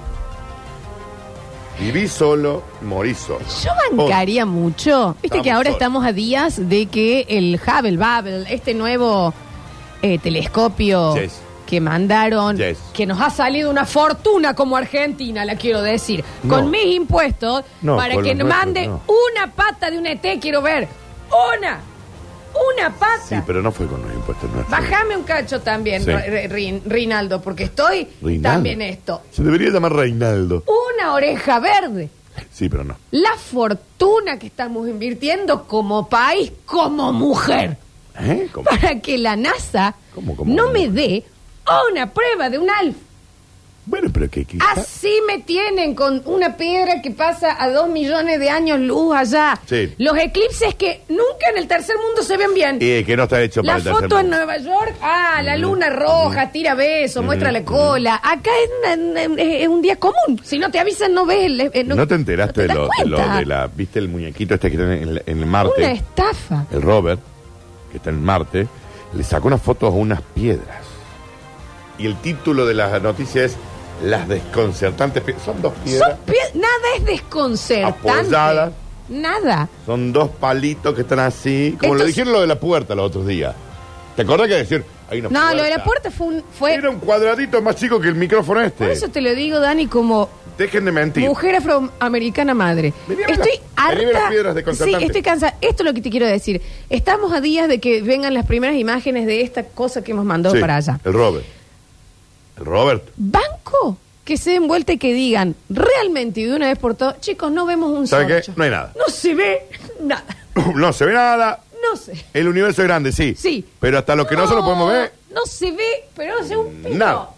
[SPEAKER 2] Viví solo, morí solo.
[SPEAKER 1] Yo bancaría mucho. Viste
[SPEAKER 2] Estamos
[SPEAKER 1] que ahora
[SPEAKER 2] solos.
[SPEAKER 1] estamos a días de que el Hubble, Babel, este nuevo eh, telescopio
[SPEAKER 2] Yes.
[SPEAKER 1] que mandaron,
[SPEAKER 2] Yes.
[SPEAKER 1] que nos ha salido una fortuna como Argentina, la quiero decir,
[SPEAKER 2] No.
[SPEAKER 1] con mis impuestos,
[SPEAKER 2] No,
[SPEAKER 1] para
[SPEAKER 2] con
[SPEAKER 1] que
[SPEAKER 2] los
[SPEAKER 1] mande
[SPEAKER 2] nuestros,
[SPEAKER 1] una pata de un ET, quiero ver. Una. Una pata.
[SPEAKER 2] Oh, Sí, pero no fue con los impuestos nuestros.
[SPEAKER 1] Bájame un cacho también,
[SPEAKER 2] Sí.
[SPEAKER 1] Re- Rin- Rinaldo, porque estoy
[SPEAKER 2] Reinaldo.
[SPEAKER 1] también esto.
[SPEAKER 2] Se debería llamar Reinaldo.
[SPEAKER 1] Una oreja verde.
[SPEAKER 2] Sí, pero no.
[SPEAKER 1] La fortuna que estamos invirtiendo como país, como mujer,
[SPEAKER 2] ¿Eh? ¿Cómo?
[SPEAKER 1] para que la NASA
[SPEAKER 2] ¿Cómo, cómo?
[SPEAKER 1] no me dé una prueba de un alf.
[SPEAKER 2] Bueno, pero que quizá-
[SPEAKER 1] Así me tienen con una piedra que pasa a dos millones de años luz allá.
[SPEAKER 2] Sí.
[SPEAKER 1] Los eclipses que nunca en el tercer mundo se ven bien.
[SPEAKER 2] Eh, que no está hecho
[SPEAKER 1] La
[SPEAKER 2] para el tercer
[SPEAKER 1] foto en
[SPEAKER 2] mundo. Mm,
[SPEAKER 1] Nueva York, ah, la luna roja, tira besos, muestra la cola. Acá es, una- una- es un día común. Si no te avisan, no ves. el- eh,
[SPEAKER 2] no, te enteraste
[SPEAKER 1] das
[SPEAKER 2] de, lo, de lo
[SPEAKER 1] cuenta.
[SPEAKER 2] de la... ¿Viste el muñequito este que está en, el- en el Marte?
[SPEAKER 1] Una estafa.
[SPEAKER 2] el Robert, que está en Marte, le sacó unas fotos a unas piedras. Y el título de la noticia es Las desconcertantes piedras. Son dos
[SPEAKER 1] Son
[SPEAKER 2] piedras,
[SPEAKER 1] pie- nada es desconcertante.
[SPEAKER 2] Apoyadas.
[SPEAKER 1] Nada.
[SPEAKER 2] son dos palitos que están así. Como
[SPEAKER 1] Estos-
[SPEAKER 2] lo dijeron lo de la puerta los otros días. ¿Te acordás que decir? Hay una
[SPEAKER 1] No, lo de la puerta fue un. Fue,
[SPEAKER 2] Era un cuadradito más chico que el micrófono este.
[SPEAKER 1] Por eso te lo digo, Dani, como
[SPEAKER 2] Dejen de mentir.
[SPEAKER 1] mujer afroamericana madre.
[SPEAKER 2] Vení a ver
[SPEAKER 1] Estoy
[SPEAKER 2] las- vení a ver las
[SPEAKER 1] harta.
[SPEAKER 2] piedras
[SPEAKER 1] sí,
[SPEAKER 2] desconcertantes.
[SPEAKER 1] estoy cansada. Esto es lo que te quiero decir. Estamos a días de que vengan las primeras imágenes de esta cosa que hemos mandado
[SPEAKER 2] Sí,
[SPEAKER 1] para allá.
[SPEAKER 2] El Robert. El Robert.
[SPEAKER 1] banco que se den vuelta y que digan realmente y de una vez por todas, chicos, no vemos un
[SPEAKER 2] ¿Saben qué?
[SPEAKER 1] sorcho.
[SPEAKER 2] No hay nada.
[SPEAKER 1] No se ve nada.
[SPEAKER 2] no se ve nada.
[SPEAKER 1] No se.
[SPEAKER 2] El universo es grande, sí.
[SPEAKER 1] Sí.
[SPEAKER 2] Pero hasta lo que no se lo podemos ver.
[SPEAKER 1] No se ve, pero no se ve un pito.
[SPEAKER 2] Nada.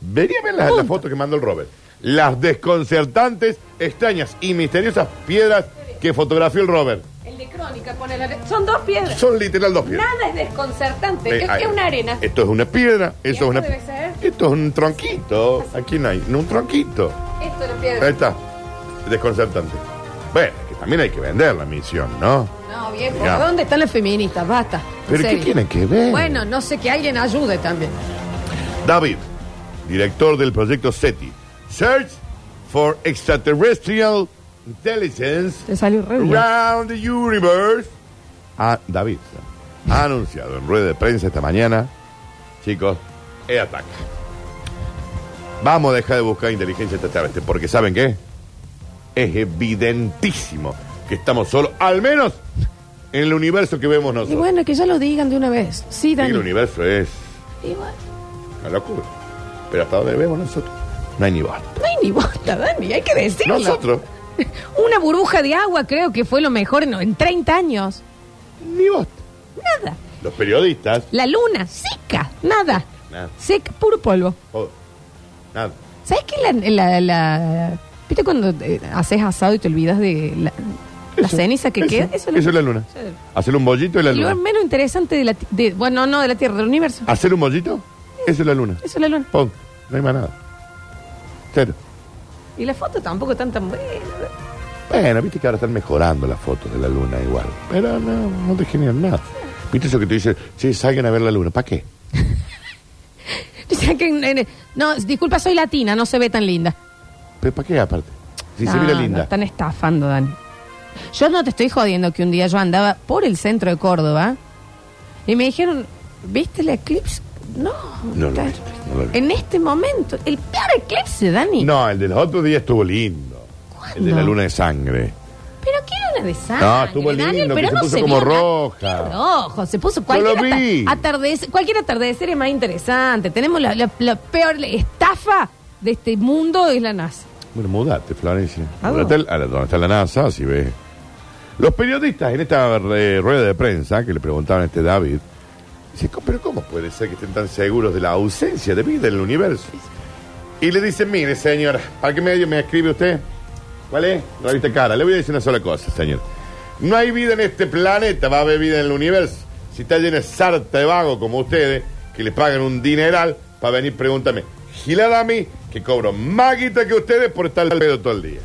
[SPEAKER 2] Vería a ver las,
[SPEAKER 1] Punto.
[SPEAKER 2] las fotos que mandó el Robert. Las desconcertantes, extrañas y misteriosas piedras que fotografió el Robert.
[SPEAKER 1] El de crónica con el are- Son dos piedras.
[SPEAKER 2] Son literal dos piedras.
[SPEAKER 1] Nada es desconcertante.
[SPEAKER 2] Eh,
[SPEAKER 1] es,
[SPEAKER 2] ahí.
[SPEAKER 1] es una arena.
[SPEAKER 2] Esto es una piedra, eso
[SPEAKER 1] esto
[SPEAKER 2] es una.
[SPEAKER 1] debe ser?
[SPEAKER 2] Esto es un tronquito. Aquí no hay, no, un tronquito.
[SPEAKER 1] Esto es una
[SPEAKER 2] Ahí
[SPEAKER 1] piedra.
[SPEAKER 2] está. Desconcertante. Bueno, que también hay que vender la misión, ¿no?
[SPEAKER 1] No, viejo.
[SPEAKER 2] Mirá.
[SPEAKER 1] ¿Dónde están las feministas? Basta. En
[SPEAKER 2] Pero ¿qué
[SPEAKER 1] serio.
[SPEAKER 2] tiene que ver?
[SPEAKER 1] Bueno, no sé que alguien ayude también.
[SPEAKER 2] David, director del proyecto SETI, Search for Extraterrestrial Intelligence
[SPEAKER 1] Te salió re bien.
[SPEAKER 2] Around the Universe. Ah, David ha anunciado en rueda de prensa esta mañana, chicos, he ataque. Vamos a dejar de buscar inteligencia extraterrestre, porque ¿saben qué? es evidentísimo que estamos solos, al menos en el universo que vemos
[SPEAKER 1] Y
[SPEAKER 2] nosotros.
[SPEAKER 1] bueno, que ya lo digan de una vez. Sí,
[SPEAKER 2] Sí,
[SPEAKER 1] Dani.
[SPEAKER 2] el universo es
[SPEAKER 1] Y bueno,
[SPEAKER 2] una locura. Pero hasta donde vemos nosotros, no hay ni basta.
[SPEAKER 1] no hay ni bosta, Dani, hay que decirlo.
[SPEAKER 2] Nosotros,
[SPEAKER 1] Una burbuja de agua creo que fue lo mejor en, en 30 años.
[SPEAKER 2] ni basta.
[SPEAKER 1] Nada.
[SPEAKER 2] Los periodistas,
[SPEAKER 1] La luna, seca, nada.
[SPEAKER 2] Nada.
[SPEAKER 1] Seca, puro polvo.
[SPEAKER 2] joder, nada.
[SPEAKER 1] ¿Sabes qué? La, la- la- ¿Viste cuando eh, haces asado y te olvidas de la, la
[SPEAKER 2] Eso,
[SPEAKER 1] ceniza que
[SPEAKER 2] eso,
[SPEAKER 1] queda?
[SPEAKER 2] Eso, es la luna. Hacer un bollito es la
[SPEAKER 1] Y Lo
[SPEAKER 2] luna.
[SPEAKER 1] menos interesante de la... ti- de- bueno, no, de la Tierra, del universo.
[SPEAKER 2] Hacer un bollito, eso es la luna.
[SPEAKER 1] Eso es la luna.
[SPEAKER 2] Pon, no hay más nada. Cero.
[SPEAKER 1] Y la foto tampoco tan tan buena.
[SPEAKER 2] Bueno, viste que ahora están mejorando las fotos de la luna igual. Pero no, no te generan nada. ¿Viste eso que te dice, sí, salgan a ver la luna? ¿Para qué?
[SPEAKER 1] O sea que, eh, No, disculpa, soy latina, no se ve tan linda.
[SPEAKER 2] ¿Pero para qué aparte? Si se
[SPEAKER 1] No,
[SPEAKER 2] mira
[SPEAKER 1] no,
[SPEAKER 2] linda.
[SPEAKER 1] están estafando, Dani. Yo no te estoy jodiendo que un día yo andaba por el centro de Córdoba y me dijeron, ¿viste el eclipse? No,
[SPEAKER 2] No lo
[SPEAKER 1] está-
[SPEAKER 2] vi, no lo vi.
[SPEAKER 1] en este momento, el peor eclipse, Dani.
[SPEAKER 2] No, el de los otros días estuvo lindo. El de la
[SPEAKER 1] ¿Cuándo?
[SPEAKER 2] luna de sangre.
[SPEAKER 1] Pero qué luna de sangre.
[SPEAKER 2] No, Ah, estuvo lindo,
[SPEAKER 1] Daniel,
[SPEAKER 2] que
[SPEAKER 1] pero
[SPEAKER 2] se
[SPEAKER 1] no
[SPEAKER 2] puso
[SPEAKER 1] se
[SPEAKER 2] como
[SPEAKER 1] vio nada.
[SPEAKER 2] roja.
[SPEAKER 1] Qué rojo, se puso
[SPEAKER 2] lo
[SPEAKER 1] cualquier
[SPEAKER 2] vi.
[SPEAKER 1] ata- atardecer, cualquier atardecer es más interesante. Tenemos la, la- la peor estafa de este mundo es la NASA.
[SPEAKER 2] Bueno, mudate, Florencia.
[SPEAKER 1] ¿A
[SPEAKER 2] Mudate
[SPEAKER 1] dónde?
[SPEAKER 2] a la- donde está la NASA, si ves. Los periodistas en esta eh, rueda de prensa que le preguntaban a este David, dice, "Co- pero ¿cómo puede ser que estén tan seguros de la ausencia de vida en el universo? Y le dicen, mire, señora, ¿para qué medio me escribe usted? ¿Cuál es? Revista cara. Le voy a decir una sola cosa, señor. No hay vida en este planeta, va a haber vida en el universo. Si está llena de sarta de vagos como ustedes, que le pagan un dineral para venir, pregúntame. Gilada a mí, que cobro más guita que ustedes por estar al pedo todo el día.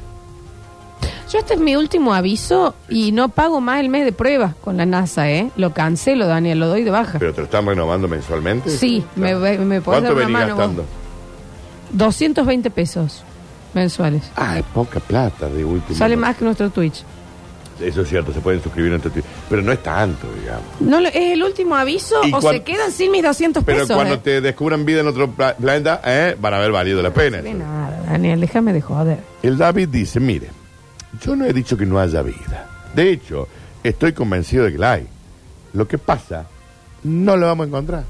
[SPEAKER 1] Yo este es mi último aviso y no pago más el mes de prueba con la NASA, ¿eh? Lo cancelo, Daniel, lo doy de baja.
[SPEAKER 2] ¿Pero te lo están renovando mensualmente?
[SPEAKER 1] Sí, me- me- me podés
[SPEAKER 2] ¿Cuánto
[SPEAKER 1] dar una
[SPEAKER 2] venís
[SPEAKER 1] mano vos?
[SPEAKER 2] gastando?
[SPEAKER 1] 220 pesos mensuales.
[SPEAKER 2] Ah, es poca plata de último.
[SPEAKER 1] Sale más que nuestro Twitch.
[SPEAKER 2] Eso es cierto, se pueden suscribir en Twitter. Pero no es tanto, digamos.
[SPEAKER 1] No, lo- ¿Es el último aviso
[SPEAKER 2] Y
[SPEAKER 1] o
[SPEAKER 2] cuan-
[SPEAKER 1] se quedan sin mis 200
[SPEAKER 2] Pero
[SPEAKER 1] pesos?
[SPEAKER 2] cuando
[SPEAKER 1] eh?
[SPEAKER 2] te descubran vida en otro pla- planeta, eh, van a haber valido la pena.
[SPEAKER 1] De nada, Daniel, déjame de joder.
[SPEAKER 2] El David dice, mire, yo no he dicho que no haya vida. De hecho, estoy convencido de que la hay. Lo que pasa, no la vamos a encontrar.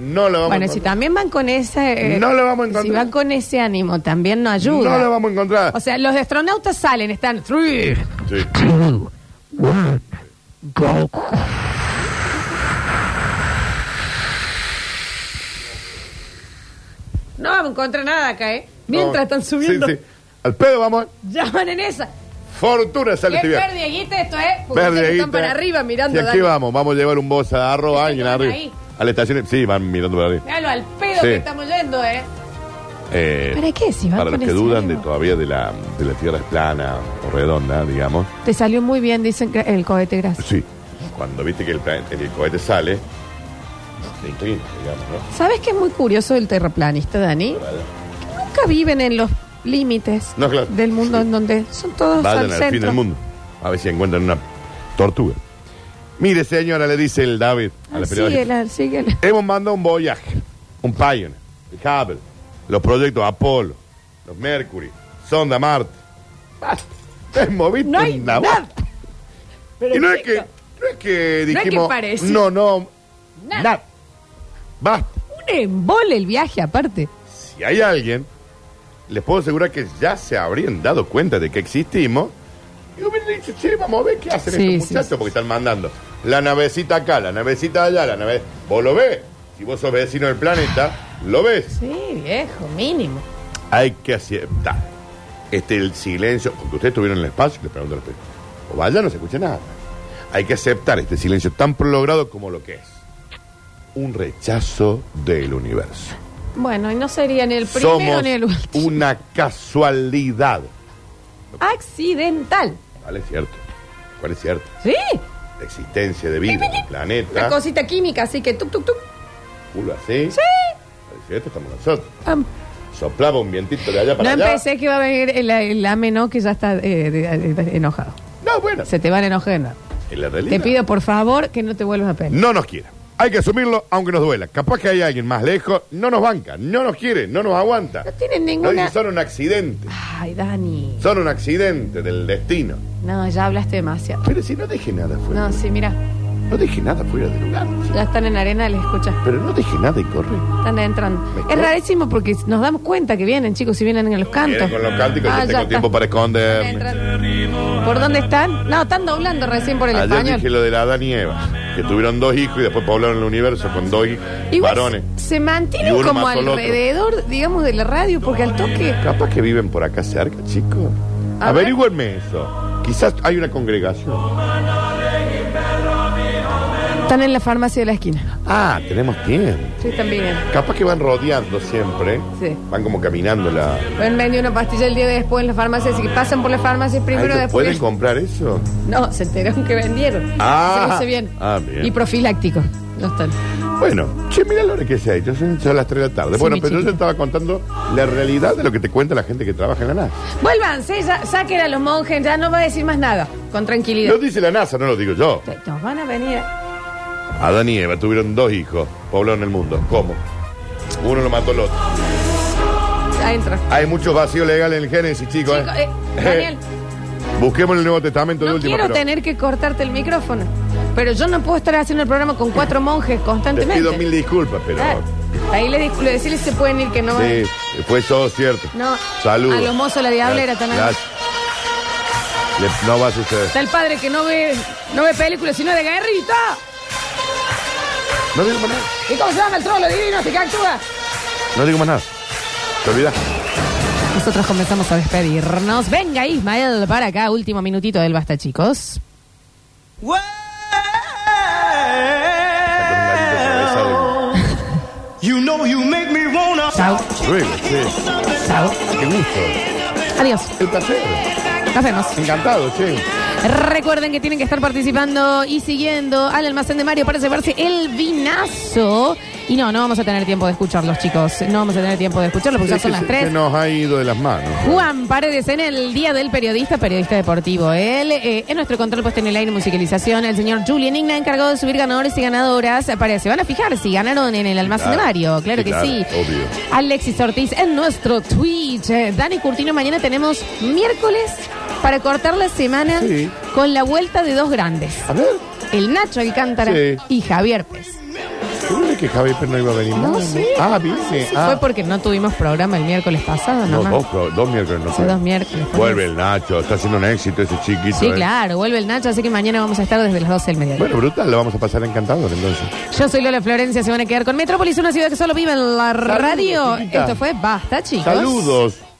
[SPEAKER 2] No la vamos
[SPEAKER 1] Bueno,
[SPEAKER 2] a
[SPEAKER 1] si
[SPEAKER 2] encontrar.
[SPEAKER 1] también van con ese... eh,
[SPEAKER 2] No lo vamos a
[SPEAKER 1] Si
[SPEAKER 2] encontrar.
[SPEAKER 1] van con ese ánimo, también no ayuda.
[SPEAKER 2] no la vamos a encontrar.
[SPEAKER 1] O sea, los astronautas salen, están... "Three,
[SPEAKER 2] Sí.
[SPEAKER 1] go". No vamos a encontrar nada acá, ¿eh? Mientras están
[SPEAKER 2] Sí,
[SPEAKER 1] subiendo,
[SPEAKER 2] sí. Al pedo vamos.
[SPEAKER 1] ya van en esa.
[SPEAKER 2] Fortuna sale
[SPEAKER 1] Es
[SPEAKER 2] este viaje.
[SPEAKER 1] verde aguita esto, ¿eh? Porque
[SPEAKER 2] Verde,
[SPEAKER 1] ustedes
[SPEAKER 2] ahí
[SPEAKER 1] están
[SPEAKER 2] está.
[SPEAKER 1] para arriba mirando.
[SPEAKER 2] Sí, aquí
[SPEAKER 1] Dani.
[SPEAKER 2] vamos, vamos a llevar un boss a arroba
[SPEAKER 1] Ustedes
[SPEAKER 2] alguien
[SPEAKER 1] van
[SPEAKER 2] arriba.
[SPEAKER 1] ahí.
[SPEAKER 2] A la estación, sí, van mirando para arriba.
[SPEAKER 1] Míralo al pedo
[SPEAKER 2] Sí.
[SPEAKER 1] que estamos yendo, ¿eh?
[SPEAKER 2] Eh,
[SPEAKER 1] ¿Para qué? Si van
[SPEAKER 2] para los
[SPEAKER 1] con
[SPEAKER 2] que
[SPEAKER 1] ese
[SPEAKER 2] dudan
[SPEAKER 1] ánimo.
[SPEAKER 2] de todavía de la, de la Tierra es plana o redonda, digamos.
[SPEAKER 1] Te salió muy bien, dicen gra- el cohete, gracias.
[SPEAKER 2] Sí. Cuando viste que el, plan- el cohete sale, se inclina, digamos, ¿no?
[SPEAKER 1] ¿Sabes qué es muy curioso del terraplanista, Dani? Que nunca viven en los límites
[SPEAKER 2] No, claro.
[SPEAKER 1] del mundo en donde son todos al
[SPEAKER 2] Vayan al
[SPEAKER 1] centro.
[SPEAKER 2] fin del mundo. A ver si encuentran una tortuga. Mire, señora, le dice el David a
[SPEAKER 1] Ah,
[SPEAKER 2] la periodista.
[SPEAKER 1] Síguela, síguela.
[SPEAKER 2] Hemos mandado un Voyager, un Pioneer, el Hubble, los proyectos Apolo, los Mercury, Sonda Marte. Ah, Te has movido
[SPEAKER 1] No hay nada.
[SPEAKER 2] una bosta.
[SPEAKER 1] Pero
[SPEAKER 2] Y no es
[SPEAKER 1] chico,
[SPEAKER 2] que, no es que dijimos.
[SPEAKER 1] parece.
[SPEAKER 2] no, no,
[SPEAKER 1] Nada.
[SPEAKER 2] nada. Basta.
[SPEAKER 1] Un embole el viaje, aparte.
[SPEAKER 2] Si hay alguien, les puedo asegurar que ya se habrían dado cuenta de que existimos. Y hubieran dicho, che, vamos a ver qué hacen
[SPEAKER 1] Sí,
[SPEAKER 2] estos
[SPEAKER 1] sí,
[SPEAKER 2] muchachos,
[SPEAKER 1] sí.
[SPEAKER 2] porque están mandando la navecita acá, la navecita allá, la nave. Vos lo ves. Si vos sos vecino del planeta, lo ves.
[SPEAKER 1] Sí, viejo, mínimo.
[SPEAKER 2] Hay que aceptar. Este, el silencio, porque ustedes estuvieron en el espacio, les pregunto a los periodistas, o vaya, no se escucha nada. Hay que aceptar este silencio tan prolongado como lo que es. Un rechazo del universo.
[SPEAKER 1] Bueno, y no sería ni el primero
[SPEAKER 2] Somos
[SPEAKER 1] ni el último.
[SPEAKER 2] una casualidad.
[SPEAKER 1] Accidental.
[SPEAKER 2] ¿Cuál es cierto? ¿Cuál es cierto?
[SPEAKER 1] Sí.
[SPEAKER 2] La existencia de vida en el
[SPEAKER 1] Una
[SPEAKER 2] planeta.
[SPEAKER 1] cosita química, así que tuk, tuk, tuk.
[SPEAKER 2] Culo así.
[SPEAKER 1] Sí.
[SPEAKER 2] ¿Cuál es cierto? Estamos nosotros.
[SPEAKER 1] Pam.
[SPEAKER 2] Soplaba un vientito de allá
[SPEAKER 1] No
[SPEAKER 2] para allá.
[SPEAKER 1] empecé que va a venir el, el AME, no, que ya está eh, de- de- enojado.
[SPEAKER 2] No, bueno.
[SPEAKER 1] Se te van enojando.
[SPEAKER 2] En la realidad.
[SPEAKER 1] Te pido por favor que no te vuelvas a pelear.
[SPEAKER 2] No nos quieran. Hay que asumirlo, aunque nos duela. Capaz que hay alguien más lejos, no nos banca, no nos quiere, no nos aguanta.
[SPEAKER 1] No tienen
[SPEAKER 2] No
[SPEAKER 1] ninguna.
[SPEAKER 2] dicen, son un accidente,
[SPEAKER 1] Ay, Dani.
[SPEAKER 2] son un accidente del destino.
[SPEAKER 1] No, ya hablaste demasiado.
[SPEAKER 2] Pero si no deje nada fuera,
[SPEAKER 1] No, sí, mira.
[SPEAKER 2] no deje nada fuera del lugar. sí.
[SPEAKER 1] Ya están en arenales, escucha.
[SPEAKER 2] Pero no deje nada y corre.
[SPEAKER 1] Están entrando. Es rarísimo porque nos damos cuenta que vienen, chicos, si vienen en los cantos.
[SPEAKER 2] Viene Con los cánticos
[SPEAKER 1] Ah,
[SPEAKER 2] yo
[SPEAKER 1] ya
[SPEAKER 2] tengo
[SPEAKER 1] está.
[SPEAKER 2] tiempo para
[SPEAKER 1] Están
[SPEAKER 2] esconderme.
[SPEAKER 1] entrando. ¿Por dónde están? No, están doblando recién por el
[SPEAKER 2] Ayer
[SPEAKER 1] español.
[SPEAKER 2] dije lo de la Adán y Eva, que tuvieron dos hijos y después poblaron el universo con dos hijos,
[SPEAKER 1] Igual
[SPEAKER 2] varones.
[SPEAKER 1] se- se mantienen
[SPEAKER 2] Y uno
[SPEAKER 1] como
[SPEAKER 2] mató al otro.
[SPEAKER 1] alrededor, digamos, de la radio, porque al toque.
[SPEAKER 2] Capaz que viven por acá cerca, chicos.
[SPEAKER 1] A
[SPEAKER 2] Averígüenme eso. Quizás hay una congregación.
[SPEAKER 1] Están en la farmacia de la esquina.
[SPEAKER 2] Ah, tenemos tiempo.
[SPEAKER 1] Sí, están bien.
[SPEAKER 2] Capaz que van rodeando siempre.
[SPEAKER 1] Sí.
[SPEAKER 2] Van como caminando la.
[SPEAKER 1] Pueden vender una pastilla el día de después en la farmacia, así que pasan por la farmacia primero,
[SPEAKER 2] Ay, ¿se
[SPEAKER 1] después.
[SPEAKER 2] ¿Pueden comprar eso?
[SPEAKER 1] No, se enteraron que vendieron.
[SPEAKER 2] Ah.
[SPEAKER 1] se dice bien.
[SPEAKER 2] Ah, bien.
[SPEAKER 1] Y profiláctico. No están.
[SPEAKER 2] Bueno, che, mira la hora que se ha hecho. Son son las 3 de la tarde.
[SPEAKER 1] Sí,
[SPEAKER 2] bueno,
[SPEAKER 1] mi
[SPEAKER 2] pero yo
[SPEAKER 1] chiquita.
[SPEAKER 2] te estaba contando la realidad de lo que te cuenta la gente que trabaja en la NASA.
[SPEAKER 1] Vuélvanse, ya, saquen a los monjes, ya no va a decir más nada. Con tranquilidad.
[SPEAKER 2] Lo dice la NASA, no lo digo yo.
[SPEAKER 1] Te- Nos van a venir. a-
[SPEAKER 2] Adán y Eva tuvieron dos hijos, poblaron el mundo. ¿Cómo? Uno lo mató al otro.
[SPEAKER 1] Ya entra.
[SPEAKER 2] Hay mucho vacío legal en el Génesis, chicos.
[SPEAKER 1] Chico, eh, Daniel,
[SPEAKER 2] Busquemos en el Nuevo Testamento de
[SPEAKER 1] no
[SPEAKER 2] última.
[SPEAKER 1] quiero
[SPEAKER 2] pero
[SPEAKER 1] tener que cortarte el micrófono. Pero yo no puedo estar haciendo el programa con cuatro monjes
[SPEAKER 2] Te
[SPEAKER 1] constantemente.
[SPEAKER 2] pido mil disculpas, pero.
[SPEAKER 1] Ah, Ahí le dis- le decirles se pueden ir que no.
[SPEAKER 2] Sí, fue todo cierto.
[SPEAKER 1] No.
[SPEAKER 2] Saludos.
[SPEAKER 1] A lo mozo la diablera tan
[SPEAKER 2] Gracias. Le- No va a suceder.
[SPEAKER 1] Está el padre que no ve, no ve películas sino de guerrita.
[SPEAKER 2] No digo más nada.
[SPEAKER 1] ¿Y cómo se llama el trolo divino? Así que actúa.
[SPEAKER 2] No digo más nada. Te olvidas.
[SPEAKER 1] Nosotros comenzamos a despedirnos. Venga, Ismael, para acá, último minutito del basta, chicos.
[SPEAKER 5] You know you make me wanna.
[SPEAKER 1] Chao,
[SPEAKER 2] Luego, sí.
[SPEAKER 1] chao.
[SPEAKER 2] Qué gusto.
[SPEAKER 1] Adiós.
[SPEAKER 2] El placer.
[SPEAKER 1] Nos vemos.
[SPEAKER 2] Encantado, che.
[SPEAKER 1] Recuerden que tienen que estar participando y siguiendo al almacén de Mario para llevarse el vinazo. Y no, no vamos a tener tiempo de escucharlos, chicos. No vamos a tener tiempo de escucharlos porque Pues ya
[SPEAKER 2] Es que
[SPEAKER 1] son las
[SPEAKER 2] se- Se
[SPEAKER 1] tres.
[SPEAKER 2] nos ha ido de las manos.
[SPEAKER 1] Juan Paredes en el Día del Periodista, periodista deportivo. Él, eh, en nuestro control puesto en el aire musicalización, el señor Julian Igna encargado de subir ganadores y ganadoras. eh, Para, se van a fijar si ganaron en el almacén de
[SPEAKER 2] claro.
[SPEAKER 1] Mario, claro
[SPEAKER 2] Sí,
[SPEAKER 1] que
[SPEAKER 2] claro,
[SPEAKER 1] sí.
[SPEAKER 2] obvio.
[SPEAKER 1] Alexis Ortiz en nuestro Twitch. Eh, Dani Curtino, mañana tenemos miércoles para cortar la semana
[SPEAKER 2] Sí.
[SPEAKER 1] con la vuelta de dos grandes.
[SPEAKER 2] A ver,
[SPEAKER 1] El Nacho Alcántara
[SPEAKER 2] Sí.
[SPEAKER 1] y Javier Pérez.
[SPEAKER 2] ¿tú crees que Javier Pérez no iba a venir?
[SPEAKER 1] No
[SPEAKER 2] más?
[SPEAKER 1] sé.
[SPEAKER 2] Ah,
[SPEAKER 1] No
[SPEAKER 2] vine.
[SPEAKER 1] sé si
[SPEAKER 2] ah.
[SPEAKER 1] Fue porque no tuvimos programa el miércoles pasado,
[SPEAKER 2] No,
[SPEAKER 1] nomás.
[SPEAKER 2] dos, pro- dos miércoles no
[SPEAKER 1] Sí,
[SPEAKER 2] fue.
[SPEAKER 1] dos miércoles.
[SPEAKER 2] Vuelve el Nacho, está haciendo un éxito ese chiquito.
[SPEAKER 1] Sí,
[SPEAKER 2] eh.
[SPEAKER 1] claro, vuelve el Nacho, así que mañana vamos a estar desde las 12 del mediodía.
[SPEAKER 2] Bueno, brutal, lo vamos a pasar encantador entonces.
[SPEAKER 1] Yo soy Lola Florencia, se van a quedar con Metrópolis, una ciudad que solo vive en la radio.
[SPEAKER 2] chiquita.
[SPEAKER 1] Esto fue Basta, chicos.
[SPEAKER 2] Saludos.